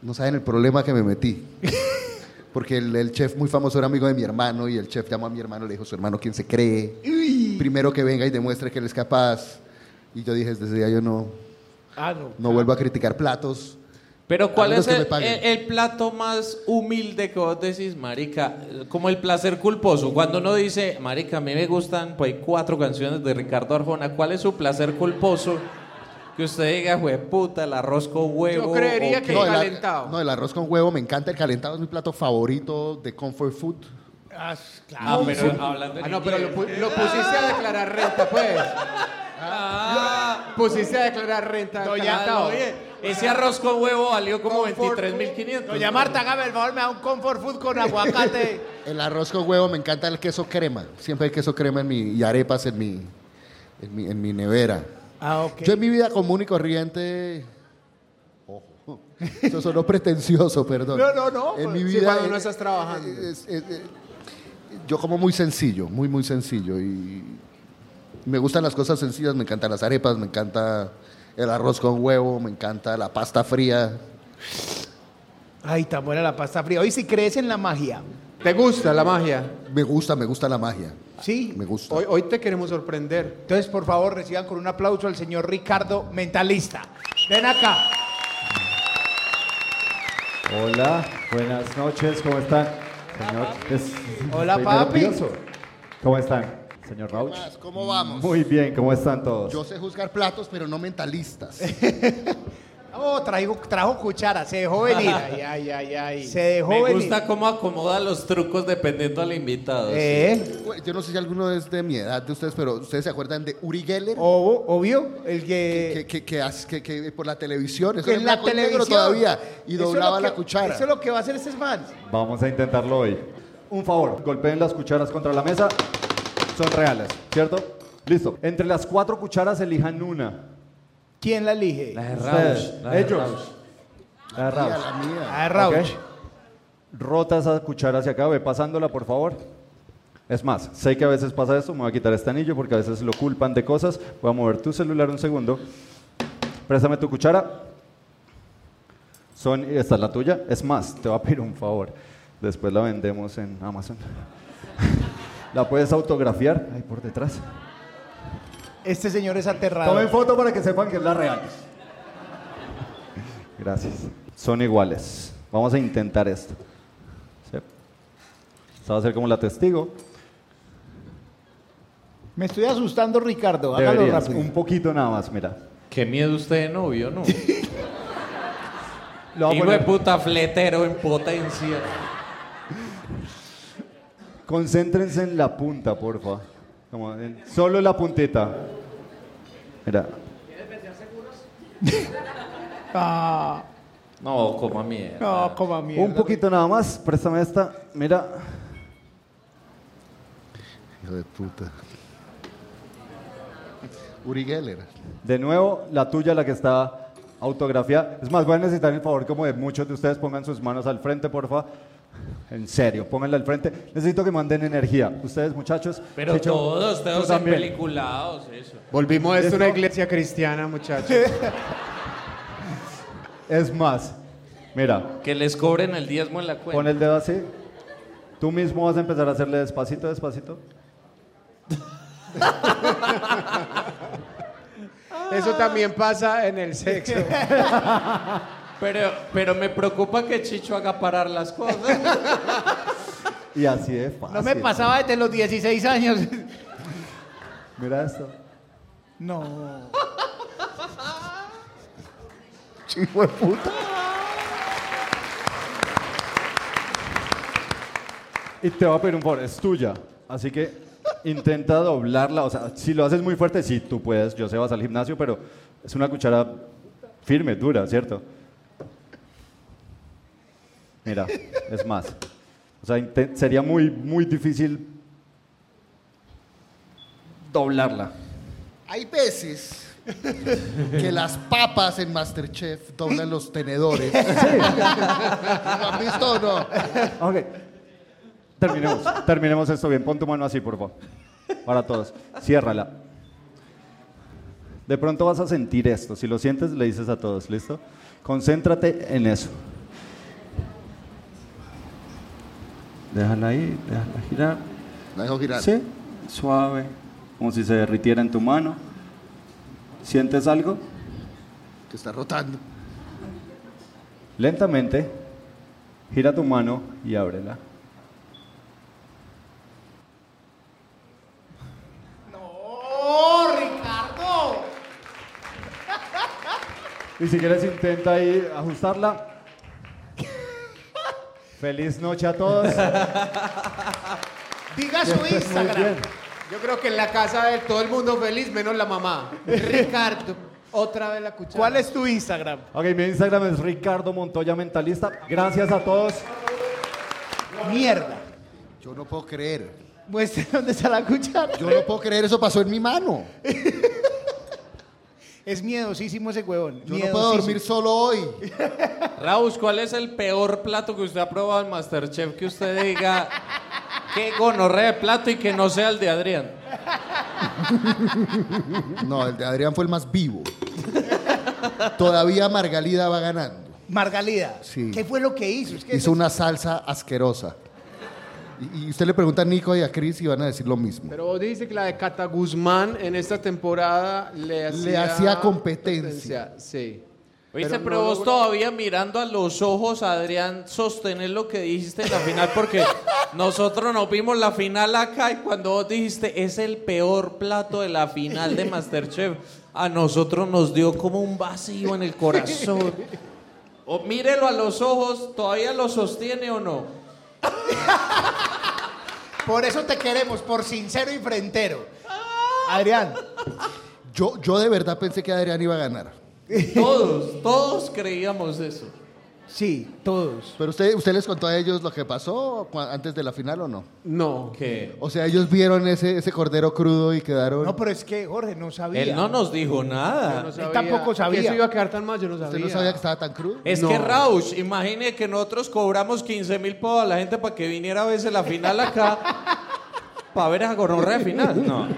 S9: No saben el problema que me metí. Porque el, el chef muy famoso era amigo de mi hermano y el chef llamó a mi hermano y le dijo, su hermano, ¿quién se cree? Primero que venga y demuestre que él es capaz. Y yo dije, desde ese día yo no,
S4: Ah, no.
S9: no vuelvo a criticar platos.
S5: Pero ¿cuál
S9: menos
S5: es
S9: que
S5: el,
S9: me paguen.
S5: el- el plato más humilde que vos decís, marica? Como el placer culposo. Cuando uno dice, marica, a mí me gustan, pues hay cuatro canciones de Ricardo Arjona. ¿Cuál es su placer culposo? Que usted diga, puta, el arroz con huevo. o qué.
S9: el ar- no, el arroz con huevo me encanta. El calentado es mi plato favorito de comfort food.
S5: Ah, pero hablando
S3: Ah, no, pero lo, pu- lo pusiste a declarar renta, pues. Ah, pusiste a declarar renta. al calentado.
S5: ah, Oye, ese arroz con huevo valió como 23.500.
S4: Doña Marta, hágame el favor, me da un comfort food con aguacate.
S9: El arroz con huevo me encanta el queso crema. Siempre hay queso crema en mi y arepas en mi en mi, en mi nevera.
S4: Ah, ok.
S9: Yo en mi vida común y corriente ojo. Eso sonó pretencioso, perdón.
S3: No, no, no.
S9: En mi
S3: Sí,
S9: vida
S3: cuando no
S9: eh,
S3: estás trabajando.
S9: yo como muy sencillo, muy muy sencillo y me gustan las cosas sencillas, me encantan las arepas, me encanta el arroz con huevo, me encanta la pasta fría.
S4: Ay, tan buena la pasta fría. Hoy si crees en la magia.
S3: ¿Te gusta la magia?
S9: Me gusta, me gusta la magia.
S4: Sí.
S9: Me gusta.
S3: Hoy, hoy te queremos sorprender.
S4: Entonces, por favor, reciban con un aplauso al señor Ricardo Mentalista. Ven acá.
S10: Hola, buenas noches, ¿cómo están? Señor, es-
S4: Hola,
S10: estoy
S4: papi.
S10: nervioso. ¿Cómo están, señor Rauch?
S9: ¿Cómo vamos?
S10: Muy bien, ¿cómo están todos?
S9: Yo sé juzgar platos, pero no mentalistas.
S4: Oh, traigo, trajo cuchara, se dejó venir. Ay, ay, ay, ay. Se dejó
S5: Me
S4: venir.
S5: gusta cómo acomoda los trucos dependiendo al invitado. sí.
S9: Eh,
S4: Eh.
S9: Yo no sé si alguno es de mi edad de ustedes, pero ustedes se acuerdan de Uri Geller.
S4: obvio, el que.
S9: Que, que- que hace- que- que por la televisión, eso
S4: Que
S9: era en blanco y negro todavía, y
S4: Eso es
S9: doblaba
S4: lo
S9: la
S4: que-
S9: cuchara.
S4: Eso es lo que va a hacer este man.
S10: Vamos a intentarlo hoy. Un favor, golpeen las cucharas contra la mesa. Son reales, ¿cierto? Listo. Entre las cuatro cucharas elijan una.
S4: ¿Quién la elige?
S10: La de
S5: Rauch, la de
S10: Ellos. La de Rauch.
S9: La mía.
S4: La de Rauch.
S10: Ok. Rota esa cuchara hacia acá, ve pasándola, por favor. Es más, sé que a veces pasa esto, me voy a quitar este anillo porque a veces lo culpan de cosas. Voy a mover tu celular un segundo. Préstame tu cuchara. Son, esta es la tuya. Es más, te voy a pedir un favor. Después la vendemos en Amazon. la puedes autografiar ahí por detrás.
S4: Este señor es aterrado.
S10: Tomen foto para que sepan que es la real. Gracias. Son iguales. Vamos a intentar esto. Sí. Esta va a ser como la testigo.
S4: Me estoy asustando, Ricardo. Hágalo
S10: Deberías,
S4: rápido.
S10: un poquito nada más, mira.
S5: Qué miedo usted de novio, ¿no?
S10: Lo voy a
S5: Hijo de
S10: poner.
S5: puta fletero en potencia.
S10: Concéntrense en la punta, porfa. Como en- solo la puntita. Mira.
S4: Ah,
S5: No, coma mierda.
S4: no, coma mierda.
S10: Un poquito nada más. Préstame esta. Mira.
S9: Hijo de puta. Uri Geller.
S10: De nuevo, la tuya, la que está autografiada. Es más, voy a necesitar el favor como de muchos de ustedes pongan sus manos al frente, porfa. En serio, pónganla al frente. Necesito que manden energía. Ustedes, muchachos.
S5: Pero
S10: Chicho,
S5: todos,
S10: tú
S5: todos
S10: también.
S5: empeliculados, eso.
S3: Volvimos a esto
S10: ¿Listo?
S3: una iglesia cristiana, muchachos.
S9: Es más, mira,
S5: Que les cobren el diezmo en la cuenta.
S9: pon el dedo así. Tú mismo vas a empezar a hacerle despacito, despacito.
S3: Eso también pasa en el sexo.
S5: Pero, pero me preocupa que Chicho haga parar las cosas.
S9: Y así de fácil.
S4: No me pasaba desde los 16 años.
S9: Mira esto.
S4: No.
S10: Chivo de puta.
S9: Y te voy a pedir un favor, es tuya. Así que intenta doblarla. O sea, si lo haces muy fuerte, sí, tú puedes. Yo sé, vas al gimnasio, pero es una cuchara firme, dura, ¿cierto? Mira, es más. O sea, inte- sería muy, muy difícil doblarla.
S10: Hay veces que las papas en Masterchef doblan los tenedores. ¿Lo han visto o no?
S9: Ok. Terminemos, terminemos esto bien. Pon tu mano así, por favor. Para todos. Ciérrala. De pronto vas a sentir esto. Si lo sientes, le dices a todos, ¿listo? Concéntrate en eso. Déjala ahí, déjala girar.
S10: La dejo girar.
S9: Sí, suave. Como si se derritiera en tu mano. ¿Sientes algo?
S10: Que está rotando.
S9: Lentamente, gira tu mano y ábrela.
S4: ¡Oh, Ricardo!
S9: Y si quieres intenta ahí ajustarla. Feliz noche a todos.
S12: Diga
S9: su Muy Instagram. bien.
S3: Yo creo que en la casa de todo el mundo feliz, menos la mamá. Ricardo, otra vez la cuchara.
S12: ¿Cuál es tu Instagram?
S9: Ok, mi Instagram es Ricardo Montoya Mentalista. Gracias a todos.
S12: Mierda.
S10: Yo no puedo creer.
S12: Muestre dónde está la cuchara.
S10: Yo no puedo creer, eso pasó en mi mano.
S12: Es miedosísimo ese huevón.
S10: Yo no puedo dormir solo hoy.
S5: Raúl, ¿cuál es el peor plato que usted ha probado en Masterchef? Que usted diga, qué gonorrea de plato y que no sea el de Adrián.
S10: No, el de Adrián fue el más vivo. Todavía Margalida va ganando.
S12: Margalida,
S10: Sí.
S12: ¿qué fue lo que hizo? Es que
S10: Hizo una salsa asquerosa. Y, y usted le pregunta a Nico y a Chris y van a decir lo mismo.
S3: Pero vos dijiste que la de Cata Guzmán en esta temporada le hacía...
S10: hacía competencia.
S3: Sí.
S5: Oíste,
S3: Pero
S5: pero
S3: no
S5: vos
S3: logró-
S5: todavía mirando a los ojos a Adrián sostener lo que dijiste en la final, porque nosotros nos vimos la final acá y cuando vos dijiste es el peor plato de la final de Masterchef, a nosotros nos dio como un vacío en el corazón. O mírelo a los ojos, ¿todavía lo sostiene o no?
S4: Por eso te queremos, por sincero y frentero.
S12: Adrián,
S10: Yo, yo de verdad pensé que Adrián iba a ganar.
S5: Todos, todos creíamos eso.
S12: sí, todos.
S10: Pero usted, usted les contó a ellos lo que pasó cua- antes de la final o no?
S3: No.
S5: Que
S10: O sea, ellos vieron ese, ese cordero crudo y quedaron.
S12: No, pero es que Jorge no sabía.
S5: él no nos dijo
S3: Yo
S5: nada.
S3: no sabía
S12: tampoco sabía.
S3: Que eso iba a quedar tan mal, yo no sabía.
S10: usted no sabía que estaba tan crudo.
S5: Es que Rausch, imagine que nosotros cobramos 15 mil pavos a la gente para que viniera a veces la final acá para ver a Gonorrea final. No.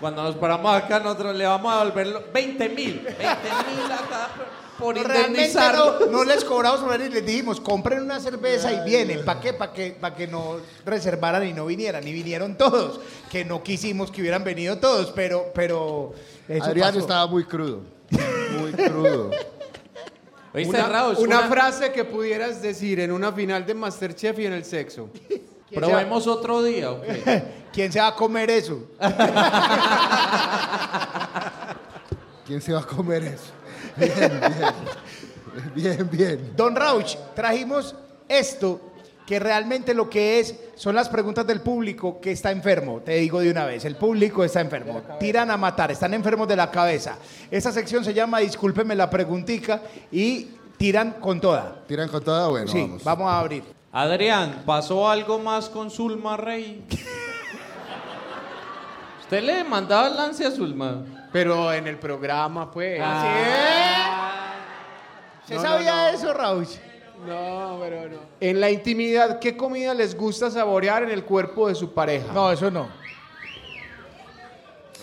S5: Cuando nos paramos acá, nosotros le vamos a devolver lo- 20 mil. 20 mil acá por
S4: No, realmente
S5: indemnizarlo.
S4: no, no les cobramos por venir, les dijimos, compren una cerveza y vienen. ¿Para qué? Para que, pa' que no reservaran y no vinieran. Y vinieron todos, que no quisimos que hubieran venido todos, pero... pero eso
S10: Adrián
S4: pasó.
S10: estaba muy crudo. Muy crudo.
S5: ¿Oíste,
S3: Una,
S5: Rausch?
S3: una
S5: Una-
S3: frase que pudieras decir en una final de Masterchef y en el sexo.
S5: Probemos otro día. ¿o qué?
S4: ¿Quién se va a comer eso?
S10: ¿Quién se va a comer eso? Bien, bien. Bien, bien.
S4: Don Rauch, trajimos esto que realmente lo que es son las preguntas del público que está enfermo. Te digo de una vez, el público está enfermo. Tiran a matar, están enfermos de la cabeza. Esta sección se llama Discúlpeme la preguntica y tiran con toda.
S10: ¿Tiran con toda? Bueno,
S4: sí,
S10: vamos.
S4: vamos. a abrir.
S5: Adrián, ¿pasó algo más con Zulma Rey? Usted le mandaba el lance a Zulma.
S3: Pero en el programa, pues.
S5: Ah.
S4: ¿Se
S3: No, no,
S4: sabía
S3: no.
S4: eso, Rauch?
S3: No, pero no. En la intimidad, ¿qué comida les gusta saborear en el cuerpo de su pareja?
S4: No, eso no.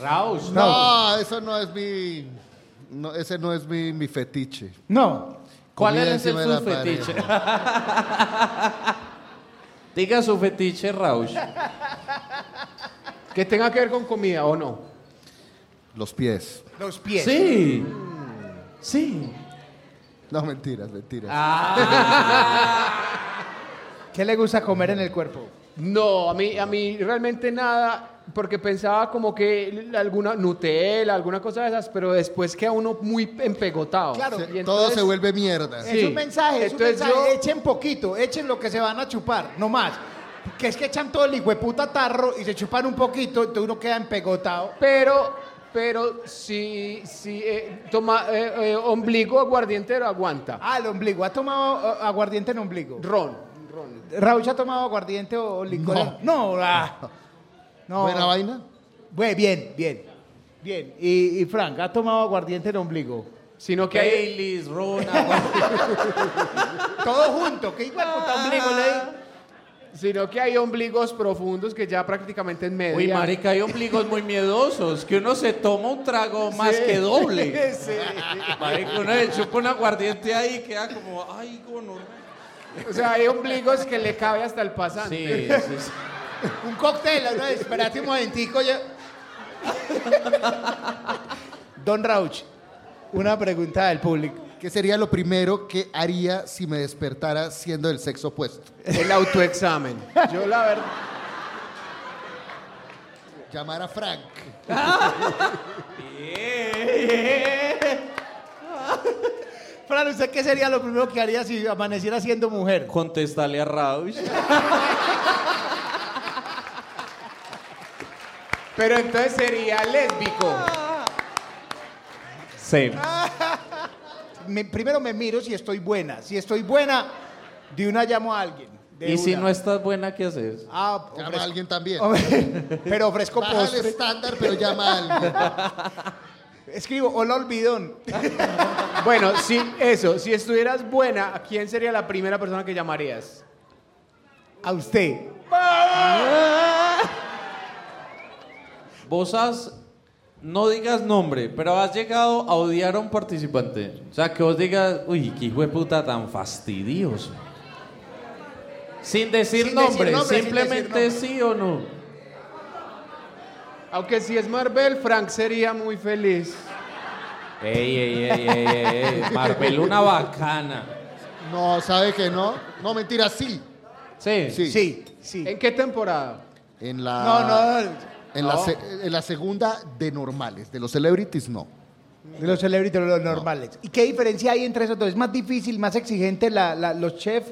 S5: Raúl,
S10: No, eso no es mi. No, ese no es mi, mi fetiche.
S4: No.
S5: ¿Cuál
S10: Comida
S5: es el
S10: encima de la
S5: su
S10: pared.
S5: fetiche? Diga su fetiche, Rausch.
S3: Que tenga que ver con comida o no.
S10: Los pies.
S4: Los pies.
S5: Sí. Sí.
S10: No, mentiras, mentiras.
S4: ¿Qué le gusta comer en el cuerpo?
S3: No, a mí, a mí realmente nada, porque pensaba como que alguna Nutella, alguna cosa de esas, pero después queda uno muy empegotado.
S4: Claro,
S3: Y entonces-
S10: Todo se vuelve mierda.
S4: Es
S3: Sí.
S4: un mensaje, es
S3: Entonces
S4: un mensaje.
S3: yo-
S4: Echen poquito, echen lo que se van a chupar, no más. Que es que echan todo el hijo de puta tarro y se chupan un poquito, entonces uno queda empegotado.
S3: Pero, pero si, si eh, toma eh, eh, ombligo aguardientero, aguanta.
S4: Ah, el ombligo. ¿Ha tomado eh, aguardiente en ombligo?
S3: Ron.
S4: ¿Raúl ha tomado aguardiente o o licor?
S10: No.
S4: No, ah. no.
S10: Buena vaina.
S4: Bue- Bien, bien. Bien. Y, y Frank, ¿ha tomado aguardiente en ombligo?
S3: Sino que hay...
S5: Baileys, Ron, agua-
S4: Todo junto, que igual puta ombligo le di.
S3: Sino que hay ombligos profundos que ya prácticamente en medio.
S5: Uy, marica, hay ombligos muy miedosos, que uno se toma un trago más que doble. Ah, Marica, uno le chupa un aguardiente ahí y queda como, ay, gonorrea.
S3: O sea, hay ombligos que le cabe hasta el pasante.
S5: Sí, sí, sí.
S4: Un cóctel, ¿no? Espérate un momentico. ya. Don Rauch, una pregunta del público.
S10: ¿Qué sería lo primero que haría si me despertara siendo del sexo opuesto?
S3: El autoexamen. Yo la verdad...
S10: Llamar a Frank.
S4: Fran, ¿usted qué sería lo primero que haría si amaneciera siendo mujer?
S5: Contestale a Rausch.
S3: Pero entonces sería lésbico.
S5: Sí.
S4: Me- primero me miro si estoy buena. Si estoy buena, de una llamo a alguien. de
S5: Y si
S4: una.
S5: no estás buena, ¿qué haces?
S4: Ah,
S10: Llama a
S4: ofrezco-
S10: alguien también.
S4: Pero ofrezco
S10: Baja el
S4: postre.
S10: estándar, pero llama a alguien.
S4: Escribo, hola olvidón.
S3: Bueno, sí, eso, si estuvieras buena, ¿a quién sería la primera persona que llamarías?
S4: A usted.
S5: Vos has, no digas nombre, pero has llegado a odiar a un participante. O sea, que vos digas, uy, qué hijo de puta tan fastidioso. Sin decir
S4: Sin decir
S5: nombre,
S4: nombre, sin
S5: simplemente
S4: decir
S5: sí o no.
S3: Aunque si es Marvel, Frank sería muy feliz.
S5: Ey, ey, ey, ey, ey, ey. Marvel, una bacana.
S10: No, ¿sabe que no? No, mentira, sí.
S5: Sí.
S10: Sí.
S4: Sí, sí.
S3: ¿En qué temporada?
S10: En la,
S4: No, no.
S10: En, La, se- en la segunda de normales, de los celebrities no.
S4: De los celebrities, de los normales. ¿Y qué diferencia hay entre esos dos? ¿Es más difícil, más exigente la- la- los chefs?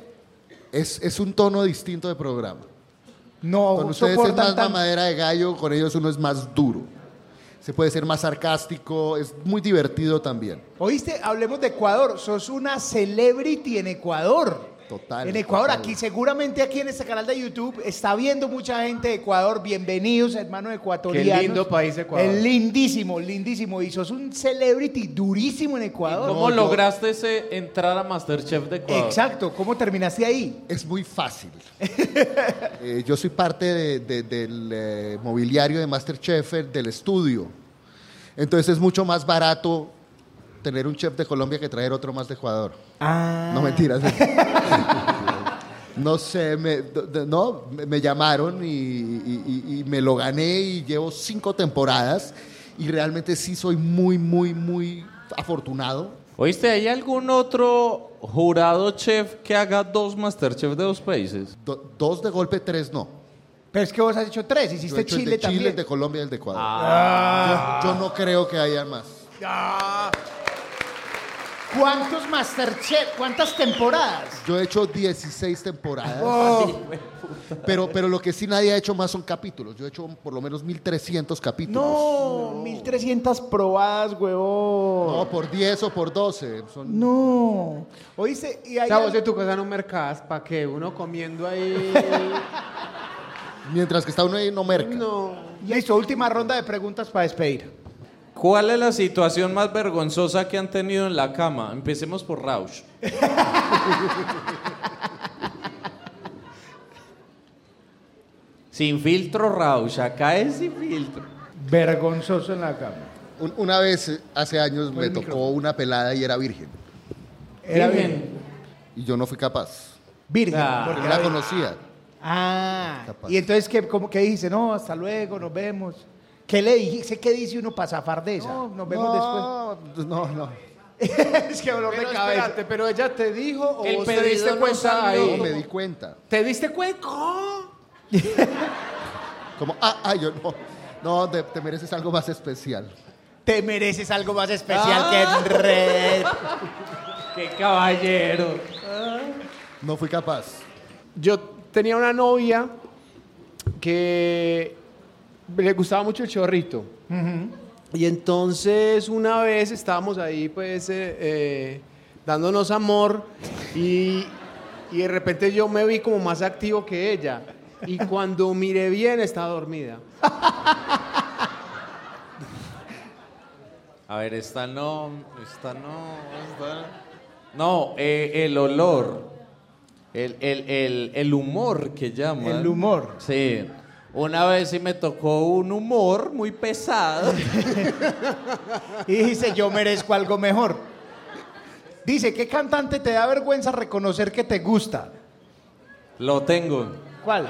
S10: Es, es un tono distinto de programa. Con
S4: No
S10: ustedes es
S4: soportan
S10: más
S4: tan...
S10: mamadera de gallo, con ellos uno es más duro. Se puede ser más sarcástico, es muy divertido también.
S4: Oíste, hablemos de Ecuador. Sos una celebrity en Ecuador.
S10: Total,
S4: En Ecuador,
S10: total.
S4: aquí seguramente aquí en este canal de YouTube está viendo mucha gente de Ecuador. Bienvenidos, hermanos ecuatorianos.
S3: Qué lindo país Ecuador.
S4: Es lindísimo, lindísimo. Y sos un celebrity durísimo en Ecuador.
S5: ¿Cómo
S10: yo-
S5: lograste ese entrar a Masterchef de Ecuador?
S4: Exacto, ¿cómo terminaste ahí?
S10: Es muy fácil. Eh, yo soy parte de- de- del eh, mobiliario de Masterchef, eh, del estudio. Entonces es mucho más barato tener un chef de Colombia que traer otro más de Ecuador.
S4: Ah.
S10: No mentiras. no sé, me, d- d- no, me- me llamaron y, y- y- y me lo gané y llevo cinco temporadas y realmente sí soy muy, muy, muy afortunado.
S5: ¿Oíste, hay algún otro jurado chef que haga dos Masterchef de dos países?
S10: Do- dos de golpe, tres no.
S4: Pero es que vos has hecho tres,
S10: Yo
S4: hiciste
S10: he hecho el
S4: Chile
S10: de Chile,
S4: también.
S10: el de Colombia y el de Ecuador.
S4: Ah.
S10: Yo, yo no creo que haya más.
S4: ¿Cuántos Masterchef? ¿Cuántas temporadas?
S10: Yo he hecho 16
S4: Oh.
S10: temporadas. Ah, Pero, pero lo que sí nadie ha hecho más son capítulos. Yo he hecho por lo menos 1300 capítulos.
S4: No, 1300 probadas, huevón.
S10: No, por 10 o por 12. Son-
S4: No. Oíste, y
S3: O
S4: ahí.
S3: sea, vos de tu casa no mercas, ¿para qué? Uno comiendo ahí...
S10: Mientras que está uno ahí no merca.
S3: No.
S4: Listo, última ronda de preguntas para despedir.
S5: ¿Cuál es la situación más vergonzosa que han tenido en la cama? Empecemos por Rausch. sin filtro, Rausch. Acá es sin filtro.
S4: Vergonzoso en la cama.
S10: Un- una vez, eh, hace años, me tocó una pelada y era virgen.
S4: Era virgen.
S10: Y yo no fui capaz.
S4: Virgen.
S10: Porque
S4: porque
S10: no
S4: era
S10: la
S4: virgen.
S10: conocía.
S4: Ah,
S10: Capaz.
S4: y entonces, ¿qué, cómo, qué dice? No, hasta luego, nos vemos. ¿Qué le dijiste? ¿Qué dice uno para zafar de esa? No, nos vemos
S10: después. No, no.
S4: es que dolor
S3: Pero
S4: de cabeza.
S3: espérate, pero ella te dijo o
S10: El
S3: vos te
S10: pedido
S3: diste
S10: no
S3: cuenta
S10: salió.
S3: ahí.
S10: Me di cuenta.
S3: ¿Te diste cuenta? ¿Cómo?
S10: Como, ah, ah, yo no. No, te, te mereces algo más especial.
S4: Te mereces algo más especial
S10: Ah.
S4: que red.
S5: ¡Qué caballero!
S10: No fui capaz.
S3: Yo tenía una novia que le gustaba mucho el chorrito. Y entonces una vez estábamos ahí, pues, eh, eh, dándonos amor y, y de repente yo me vi como más activo que ella. Y cuando miré bien, estaba dormida.
S5: A ver, esta no, esta no, esta no. No, eh, el olor, el, el- el- el humor que llaman.
S4: El humor.
S5: Sí. Una vez sí me tocó un humor muy pesado.
S4: Y dice, yo merezco algo mejor. Dice, ¿qué cantante te da vergüenza reconocer que te gusta?
S5: Lo tengo.
S4: ¿Cuál?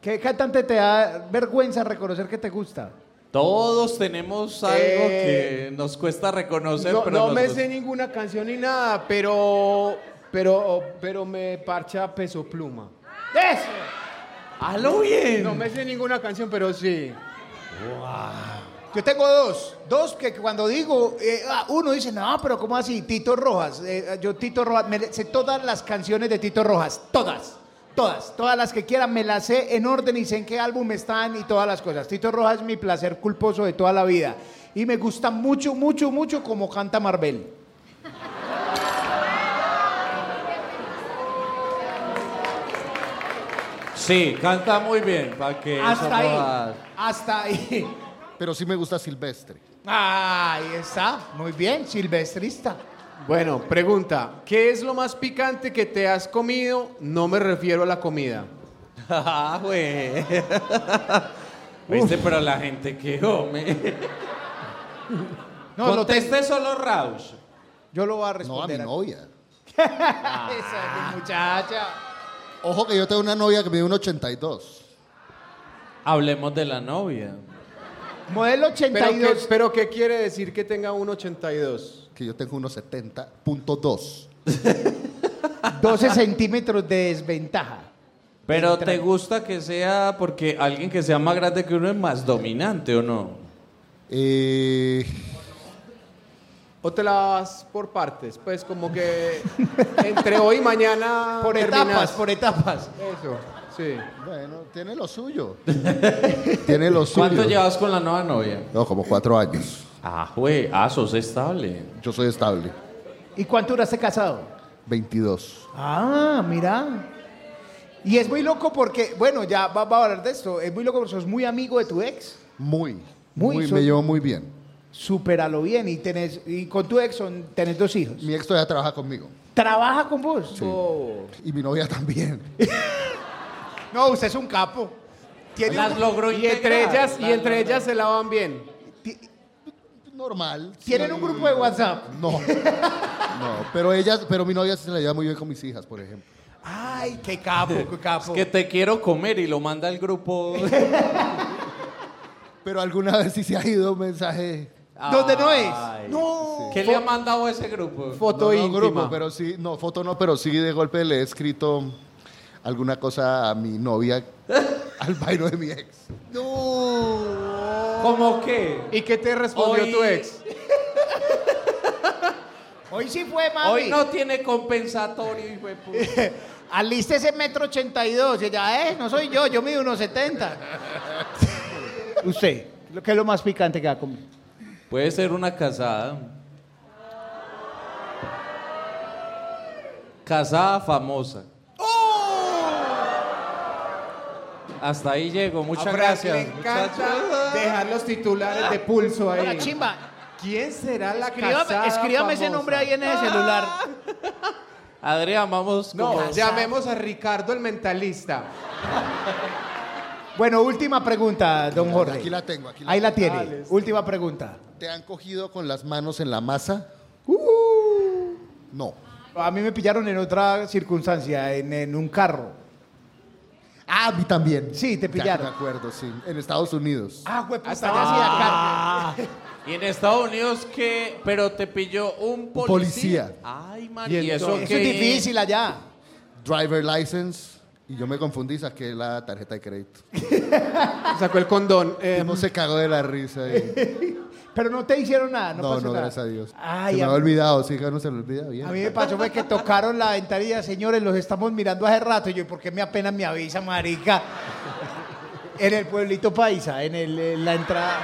S4: ¿Qué cantante te da vergüenza reconocer que te gusta?
S5: Todos tenemos algo
S3: Eh,
S5: que nos cuesta reconocer,
S3: No,
S5: pero
S3: no
S5: nos
S3: me
S5: gusta.
S3: sé ninguna canción ni nada, pero, pero, pero me parcha peso pluma.
S4: ¡Eso!
S5: ¡Halo bien!
S3: No me sé ninguna canción, pero sí.
S4: Yo tengo dos. Dos que cuando digo, eh, ah, uno dice, no, pero ¿cómo así? Tito Rojas. Eh, yo, Tito Rojas, me le- sé todas las canciones de Tito Rojas. Todas. Todas. Todas las que quieran. Me las sé en orden y sé en qué álbum están y todas las cosas. Tito Rojas es mi placer culposo de toda la vida. Y me gusta mucho, mucho, mucho como canta Marvel.
S5: Sí, canta muy bien. Para que eso
S4: Hasta ahí.
S5: pueda-
S4: Hasta ahí.
S10: Pero sí me gusta Silvestre.
S4: Ah, Ahí está. Muy bien, silvestrista.
S3: Bueno, pregunta, ¿qué es lo más picante que te has comido? No me refiero a la comida.
S5: Ah, güey. ¿Viste? Pero la gente que come.
S4: No,
S5: No,
S4: lo
S5: Conteste solo Rausch.
S4: Yo lo voy a
S10: No, a mi
S4: responder.
S10: novia.
S4: Esa es mi muchacha.
S10: Ojo que yo tengo una novia que mide un 82.
S5: Hablemos de la novia.
S4: Modelo
S3: ¿Pero
S4: 82.
S3: qué, pero qué quiere decir que tenga un 82?
S10: Que yo tengo unos 70.2.
S4: 12 centímetros de desventaja.
S5: Pero te gusta que sea porque alguien que sea más grande que uno es más dominante o no.
S10: Eh,
S3: ¿O te la vas por partes? Pues como que entre hoy y mañana...
S4: Por etapas,
S3: terminás.
S4: por etapas.
S3: Eso, sí.
S10: bueno, tiene lo suyo. tiene lo suyo.
S5: ¿Cuánto llevas con la nueva novia?
S10: No, como cuatro años.
S5: Ah, güey, ah, sos estable.
S10: Yo soy estable.
S4: ¿Y cuánto duraste casado?
S10: 22.
S4: Ah, mira. Y es muy loco porque, bueno, ya va, va a hablar de esto. Es muy loco porque sos muy amigo de tu ex.
S10: Muy.
S4: Muy,
S10: Muy.
S4: soy-
S10: me llevo muy bien.
S4: Superalo bien. Y tenés, y con tu ex son- tenés dos hijos.
S10: Mi ex todavía trabaja conmigo.
S4: ¿Trabaja con vos?
S3: Oh.
S10: Y mi novia también.
S4: No, usted es un capo. Tiene
S5: Las
S4: un-
S5: logró
S3: Y entre
S5: integrar,
S3: ellas, y
S5: las
S3: entre
S5: logró.
S3: ellas se la van bien.
S10: Normal.
S4: Tienen
S10: sí.
S4: un grupo de WhatsApp.
S10: No. No, pero ellas, pero mi novia se la lleva muy bien con mis hijas, por ejemplo.
S4: Ay, qué capo, qué
S5: Es
S4: capo.
S5: que te quiero comer y lo manda al grupo.
S10: Pero alguna vez sí se ha ido un mensaje.
S4: ¿Dónde no es?
S5: Ay.
S4: No.
S5: ¿Qué le ha mandado a ese grupo?
S3: Foto
S10: no, no,
S3: íntima.
S10: grupo, pero sí, no, foto no, pero sí de golpe le he escrito alguna cosa a mi novia al bailo de mi ex.
S5: ¿Cómo qué?
S3: ¿Y qué te respondió
S5: Hoy-
S3: tu ex?
S4: Hoy sí fue, mami.
S5: Hoy no tiene compensatorio, hijo de puta.
S4: Aliste ese metro ochenta y dos. Y ella, eh, no soy yo, yo mido unos setenta. Usted, lo- ¿qué es lo más picante que ha comido?
S5: Puede ser una casada. Casada famosa. Hasta ahí llego. Muchas gracias. muchachos.
S3: dejar los titulares de pulso
S4: Hola, chimba.
S3: ¿Quién será la
S4: Escríbame,
S3: casada
S4: escríbame ese
S3: famosa?
S4: nombre ahí en el celular.
S5: Adrián, vamos.
S3: No,
S5: como-
S3: llamemos a Ricardo el mentalista.
S4: Bueno, última pregunta, don
S10: Mira,
S4: Jorge.
S10: aquí la tengo, aquí la
S4: Ahí la
S10: tengo.
S4: tiene.
S10: Ah, listo.
S4: última pregunta.
S10: ¿Te han cogido con las manos en la masa? No.
S4: Uh. A mí me pillaron en otra circunstancia, en, en un carro.
S10: Ah, a mí también.
S4: Sí, te
S10: Ya
S4: pillaron.
S10: me acuerdo, sí. En Estados Unidos.
S4: Ah, güey, puta,
S10: Hasta
S4: ya sí,
S5: Ah. Y en Estados Unidos, que Pero te pilló un policía.
S10: Policía.
S5: Ay,
S4: Ah,
S5: man, ¿y eso
S10: entonces-
S5: qué?
S4: allá.
S10: Driver license. Y yo me confundí, saqué la tarjeta de crédito.
S4: Em.
S3: Sacó el condón. Eh,
S10: no se cagó de la risa. y-
S4: Pero no te hicieron nada, no,
S10: No, no,
S4: pasó nada.
S10: gracias a Dios.
S4: Ay,
S10: se me
S4: a-
S10: había olvidado, sí, que no se lo olvida bien.
S4: A mí me pasó fue que tocaron la ventanilla, señores, los estamos mirando hace rato. Y yo, ¿por qué me apenas me avisa, marica? En el pueblito Paisa, en, el, en la entrada.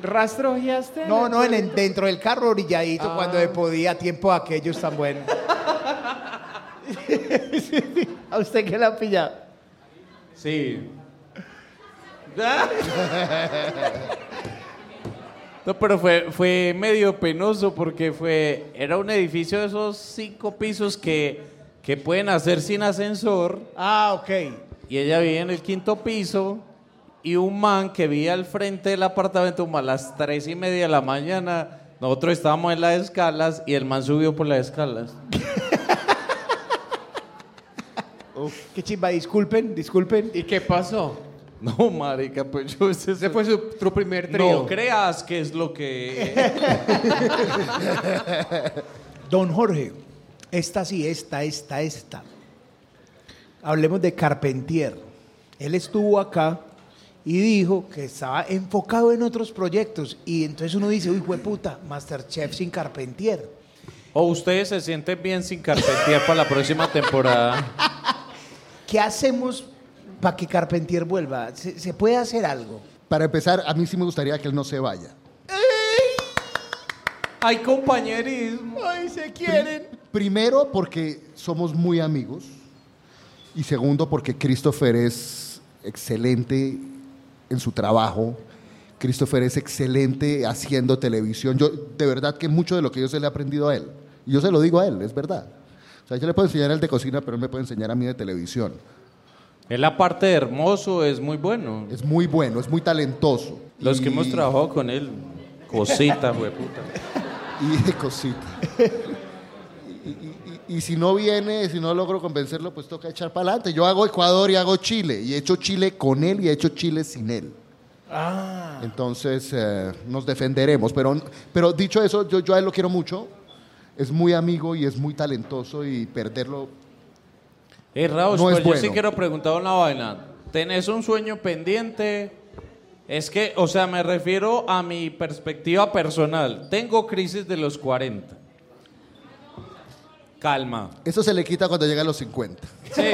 S3: ¿Rastrojeaste?
S4: No, no, en el- Ah. dentro del carro orilladito, cuando se podía, tiempo de aquellos tan buenos. ¿A usted qué la ha pillado?
S5: Sí. No, pero fue, fue medio penoso porque fue, era un edificio de esos cinco pisos que, que pueden hacer sin ascensor.
S4: Ah, ok.
S5: Y ella vivía en el quinto piso y un man que vivía al frente del apartamento como a las tres y media de la mañana. Nosotros estábamos en las escalas y el man subió por las escalas.
S4: Qué chimba, disculpen, disculpen.
S3: ¿Y qué pasó?
S5: No, marica, pues yo... Ese
S3: fue su, tu primer trío.
S5: No creas que es lo que...
S4: Don Jorge, esta sí, esta, esta, esta. Hablemos de Carpentier. Él estuvo acá y dijo que estaba enfocado en otros proyectos. Y entonces uno dice, uy, puta, Masterchef sin Carpentier.
S5: O ustedes se sienten bien sin carpentier para la próxima temporada.
S4: ¿Qué hacemos para que Carpentier vuelva? ¿Se, se puede hacer algo?
S10: Para empezar, a mí sí me gustaría que él no se vaya.
S5: Hay compañerismo.
S4: Ay, se
S10: Primero, porque somos muy amigos. Y segundo, porque Christopher es excelente en su trabajo. Christopher es excelente haciendo televisión. Yo, de verdad que mucho de lo que yo se le he aprendido a él. Y yo se lo digo a él, es verdad. O sea, yo le puedo enseñar el de cocina, pero él me puede enseñar a mí de televisión.
S5: Él aparte de hermoso, es muy bueno.
S10: Es muy bueno, es muy talentoso.
S5: Los que
S10: Y-
S5: hemos trabajado con él, cosita, puta.
S10: y de cosita. Y, y- y- y si no viene, si no logro convencerlo, pues toca echar para adelante. Yo hago Ecuador y hago Chile. Y he hecho Chile con él y he hecho Chile sin él. Entonces eh, nos defenderemos. Pero, pero dicho eso, yo, yo a él lo quiero mucho. Es muy amigo y es muy talentoso y perderlo.
S5: Eh, Raúl,
S10: No es
S5: pues yo sí
S10: bueno.
S5: quiero preguntar una vaina. ¿Tenés un sueño pendiente? Es que, o sea, me refiero a mi perspectiva personal. Tengo crisis de los 40. Calma.
S10: Eso se le quita cuando llega a los 50.
S5: Sí.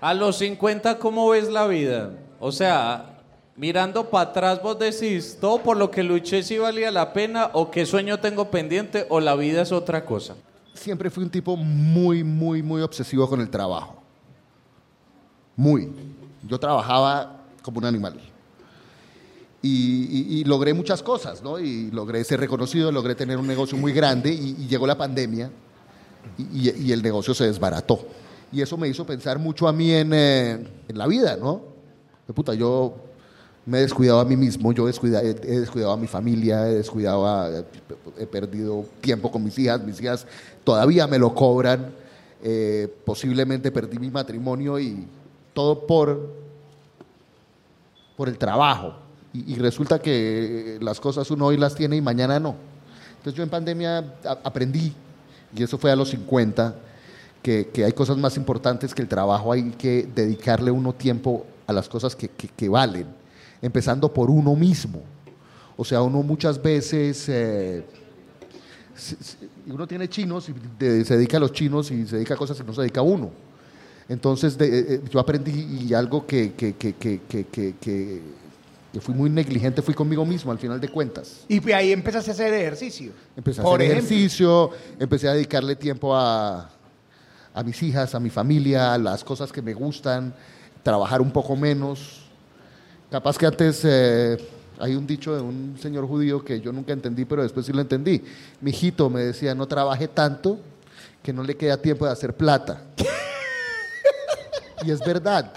S5: A los 50, ¿cómo ves la vida? O sea, mirando para atrás, vos decís, todo por lo que luché sí valía la pena, o qué sueño tengo pendiente, o la vida es otra cosa.
S10: Siempre fui un tipo muy, muy, muy obsesivo con el trabajo. Muy. Yo trabajaba como un animal. Y, y- y logré muchas cosas, ¿no? Y logré ser reconocido, logré tener un negocio muy grande y, y llegó la pandemia y, y- y el negocio se desbarató. Y eso me hizo pensar mucho a mí en, eh, en la vida, ¿no? De puta, yo me he descuidado a mí mismo, yo descuida- he, he descuidado a mi familia, he descuidado a- he perdido tiempo con mis hijas, mis hijas todavía me lo cobran, eh, posiblemente perdí mi matrimonio y todo por, por el trabajo. Y, y resulta que eh, las cosas uno hoy las tiene y mañana no. Entonces yo en pandemia a- aprendí, y eso fue a los 50, que, que hay cosas más importantes que el trabajo, hay que dedicarle uno tiempo a las cosas que, que- que valen, empezando por uno mismo. O sea, uno muchas veces, eh, se- se- uno tiene chinos y de- se dedica a los chinos y se dedica a cosas que no se dedica a uno. Entonces de- eh, eh, yo aprendí y algo que, que- que- que- que- que- que- que fui muy negligente fui conmigo mismo al final de cuentas.
S4: Y pues ahí empezaste a hacer ejercicio.
S10: Empecé a
S4: Por
S10: hacer
S4: ejemplo.
S10: ejercicio, empecé a dedicarle tiempo a, a mis hijas, a mi familia, a las cosas que me gustan, trabajar un poco menos. Capaz que antes eh, hay un dicho de un señor judío que yo nunca entendí, pero después sí lo entendí. Mi hijito me decía, no trabaje tanto que no le queda tiempo de hacer plata. Y es verdad.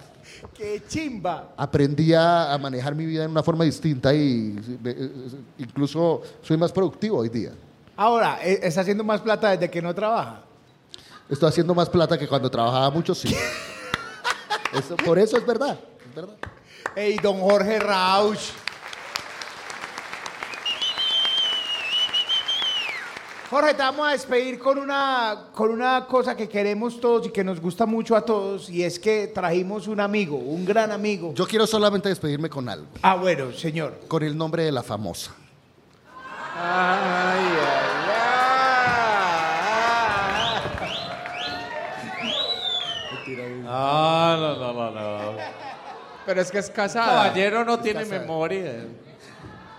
S4: ¡Qué chimba!
S10: Aprendí a, a manejar mi vida en una forma distinta y eh, incluso soy más productivo hoy día.
S4: Ahora, eh, está haciendo más plata desde que no trabaja.
S10: Estoy haciendo más plata que cuando trabajaba mucho, sí. Eso- por eso es verdad. Es verdad.
S4: Ey, don Jorge Rausch. Jorge, te vamos a despedir con una, con una cosa que queremos todos y que nos gusta mucho a todos, y es que trajimos un amigo, un gran amigo.
S10: Yo quiero solamente despedirme con algo.
S4: Ah, bueno, señor.
S10: Con el nombre de la famosa.
S5: Ah, no, no, no, no.
S3: Pero es que es casada.
S5: Caballero no tiene
S3: casada.
S5: memoria.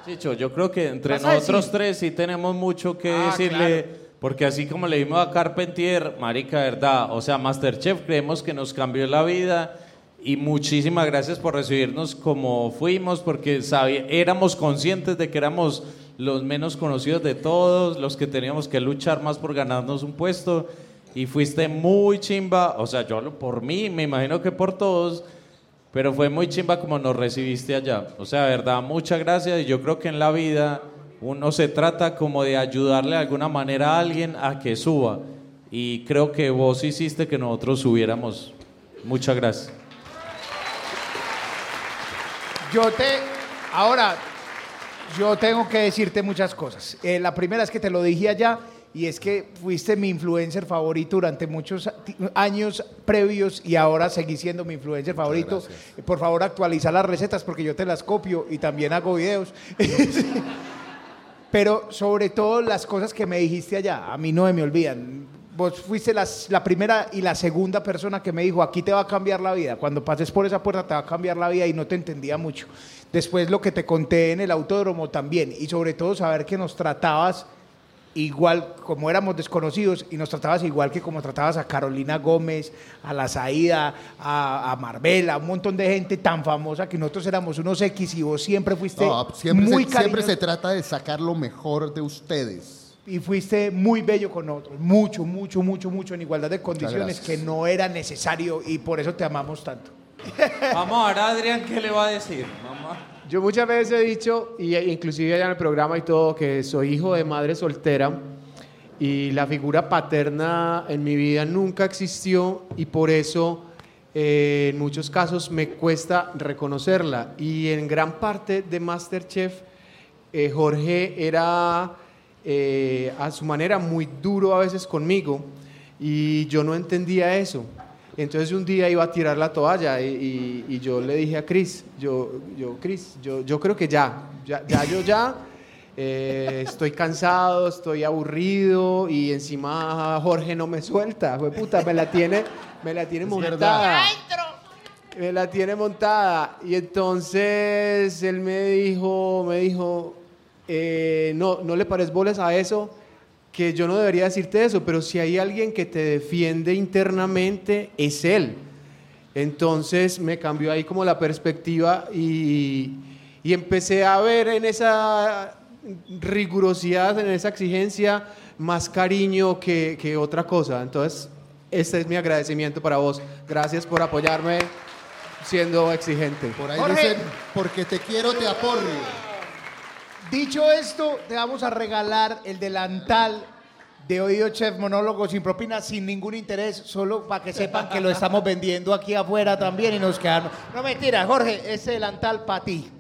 S5: Chicho, yo creo que entre
S3: ¿Vas a decir?
S5: nosotros tres sí tenemos mucho que decirle. Porque así como le dimos a Carpentier, marica, verdad, o sea, Masterchef, creemos que nos cambió la vida y muchísimas gracias por recibirnos como fuimos, porque sabi- éramos conscientes de que éramos los menos conocidos de todos, los que teníamos que luchar más por ganarnos un puesto y fuiste muy chimba, o sea, yo hablo por mí, me imagino que por todos, pero fue muy chimba como nos recibiste allá. O sea, de verdad, muchas gracias. Y yo creo que en la vida uno se trata como de ayudarle de alguna manera a alguien a que suba. Y creo que vos hiciste que nosotros subiéramos. Muchas gracias.
S4: Yo te. Ahora, yo tengo que decirte muchas cosas. Eh, la primera es que te lo dije allá y es que fuiste mi influencer favorito durante muchos a- ti- años previos y ahora seguís siendo mi influencer favorito. Eh, Por favor, actualiza las recetas porque yo te las copio y también hago videos. Pero sobre todo las cosas que me dijiste allá, a mí no se me olvidan. Vos fuiste las- la primera y la segunda persona que me dijo, aquí te va a cambiar la vida. Cuando pases por esa puerta te va a cambiar la vida y no te entendía mucho. Después lo que te conté en el autódromo también. Y sobre todo saber que nos tratabas igual como éramos desconocidos y nos tratabas igual que como tratabas a Carolina Gómez, a La Saída, a, a Marbella, a un montón de gente tan famosa que nosotros éramos unos X y vos siempre fuiste
S10: No, siempre,
S4: muy
S10: se, siempre
S4: cariñoso
S10: se trata de sacar lo mejor de ustedes.
S4: y fuiste muy bello con nosotros, mucho, mucho, mucho, mucho en igualdad de condiciones
S10: gracias.
S4: que no era necesario y por eso te amamos tanto.
S5: Vamos a ver, Adrián, ¿qué le va a decir? Vamos a-
S3: Yo muchas veces he dicho, y e- inclusive allá en el programa y todo, que soy hijo de madre soltera y la figura paterna en mi vida nunca existió y por eso eh, en muchos casos me cuesta reconocerla. Y en gran parte de Masterchef, eh, Jorge era eh, a su manera muy duro a veces conmigo y yo no entendía eso. Entonces un día iba a tirar la toalla y, y- y yo le dije a Chris, yo, yo Chris, yo, yo creo que ya, ya, ya yo ya, eh, estoy cansado, estoy aburrido y encima Jorge no me suelta, fue puta, me la tiene, me la tiene montada. Me la tiene montada. Y entonces él me dijo, me dijo, eh, no, no le pares bolas a eso, que yo no debería decirte eso, pero si hay alguien que te defiende internamente, es él. Entonces me cambió ahí como la perspectiva y, y empecé a ver en esa rigurosidad, en esa exigencia, más cariño que, que otra cosa. Entonces, este es mi agradecimiento para vos. Gracias por apoyarme siendo exigente.
S10: Por ahí
S4: Jorge.
S10: dicen, porque te quiero, te aporro.
S4: Dicho esto, te vamos a regalar el delantal de Oído Chef Monólogo sin propina, sin ningún interés, solo para que sepan que lo estamos vendiendo aquí afuera también y nos quedamos. No mentira, Jorge, ese delantal para ti.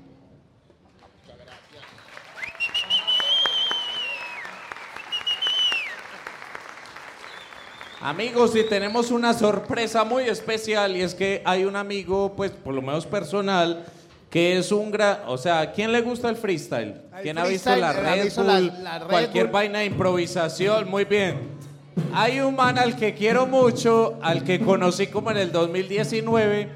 S5: Amigos, y tenemos una sorpresa muy especial y es que hay un amigo, pues por lo menos personal, que es un gran, o sea, ¿quién le gusta el freestyle? ¿Quién ha visto
S4: freestyle,
S5: la
S4: ha
S5: Red
S4: visto
S5: Bull?
S4: la- la Red
S5: cualquier
S4: Bull.
S5: vaina de improvisación, muy bien. Hay un man al que quiero mucho, al que conocí como en el 2019,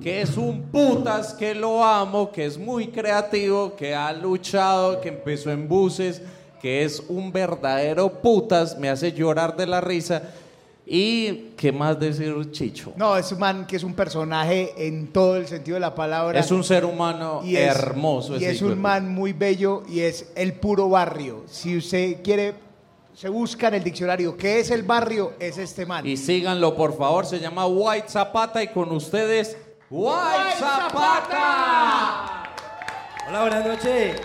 S5: que es un putas, que lo amo, que es muy creativo, que ha luchado, que empezó en buses, que es un verdadero putas, me hace llorar de la risa. ¿Y qué más decir, Chicho?
S4: No, es un man que es un personaje en todo el sentido de la palabra.
S5: Es un ser humano
S4: Y es-
S5: hermoso.
S4: Y
S5: ese
S4: es
S5: hijo de
S4: un
S5: puta.
S4: man muy bello y es el puro barrio. Si usted quiere se busca en el diccionario qué es el barrio, es este man.
S5: Y síganlo, por favor. Se llama White Zapata y con ustedes, White Zapata.
S12: Hola, buenas noches.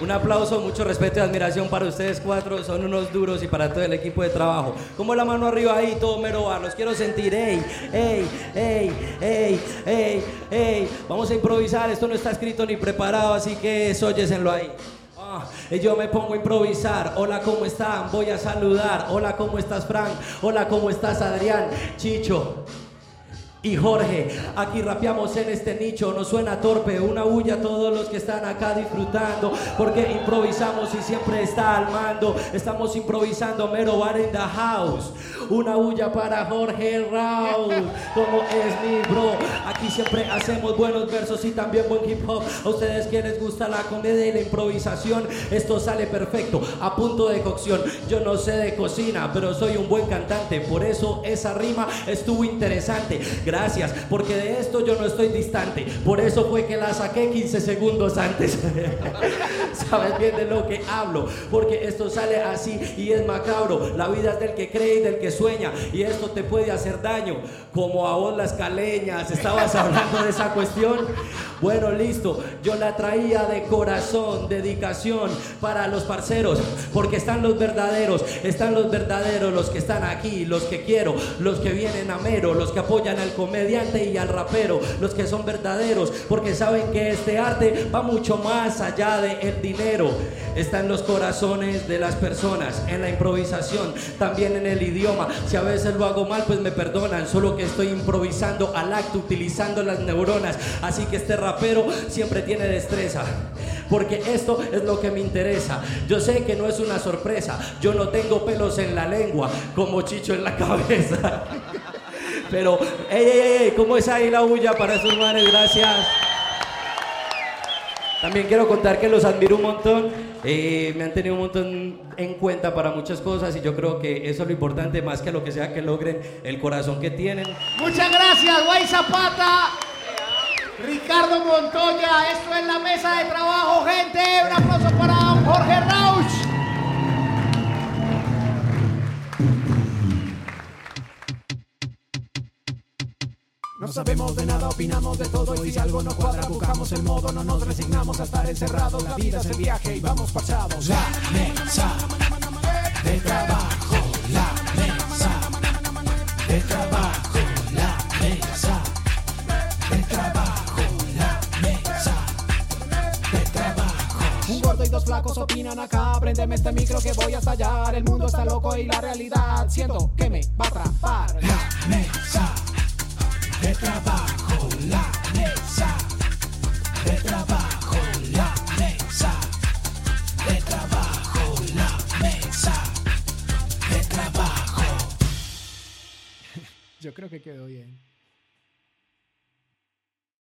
S12: Un aplauso, mucho respeto y admiración para ustedes cuatro. Son unos duros y para todo el equipo de trabajo. Como la mano arriba ahí, todo mero va. Los quiero sentir. ¡Ey! ¡Ey! ¡Ey! ¡Ey! ¡Ey! ¡Ey! Vamos a improvisar. Esto no está escrito ni preparado, así que sóyesenlo ahí. Ah, y yo me pongo a improvisar. Hola, ¿cómo están? Voy a saludar. Hola, ¿cómo estás, Frank? Hola, ¿cómo estás, Adrián? Chicho. Y Jorge, aquí rapeamos en este nicho, no suena torpe, una bulla a todos los que están acá disfrutando, porque improvisamos y siempre está al mando, estamos improvisando, mero bar in the house, una bulla para Jorge Raúl, como es mi bro, aquí siempre hacemos buenos versos y también buen hip hop, a ustedes que les gusta la comedia y la improvisación, esto sale perfecto, a punto de cocción, yo no sé de cocina, pero soy un buen cantante, por eso esa rima estuvo interesante. Gracias, porque de esto yo no estoy distante. Por eso fue que la saqué 15 segundos antes. Sabes bien de lo que hablo, porque esto sale así y es macabro. La vida es del que cree y del que sueña, y esto te puede hacer daño, como a vos las caleñas. Estabas hablando de esa cuestión. Bueno, listo, yo la traía de corazón, dedicación para los parceros, porque están los verdaderos, están los verdaderos, los que están aquí, los que quiero, los que vienen a mero, los que apoyan al comediante y al rapero, los que son verdaderos, porque saben que este arte va mucho más allá del el dinero. Está en los corazones de las personas, en la improvisación, también en el idioma. Si a veces lo hago mal, pues me perdonan, solo que estoy improvisando al acto, utilizando las neuronas. Así que este rapero siempre tiene destreza. Porque esto es lo que me interesa. Yo sé que no es una sorpresa. Yo no tengo pelos en la lengua, como chicho en la cabeza. Pero, ey, ey, ey, ¿cómo es ahí la bulla para esos manes? Gracias. También quiero contar que los admiro un montón. eh, me han tenido un montón en cuenta para muchas cosas y yo creo que eso es lo importante, más que lo que sea que logren, el corazón que tienen.
S2: Muchas gracias, Guay Zapata. Ricardo Montoya, esto es la mesa de trabajo, gente. Un aplauso para don Jorge Rauch.
S1: No sabemos de nada, opinamos de todo y si algo no cuadra buscamos el modo, no nos resignamos a estar encerrados. La vida es el viaje y vamos parchados.
S2: La mesa de trabajo, la mesa de trabajo, la mesa de trabajo, la mesa de trabajo.
S1: Un gordo y dos flacos opinan acá, prendeme este micro que voy a estallar. El mundo está loco y la realidad siento que me va a atrapar.
S2: La mesa de trabajo, la mesa de trabajo, la mesa de trabajo, la mesa de trabajo.
S3: Yo creo que quedó bien.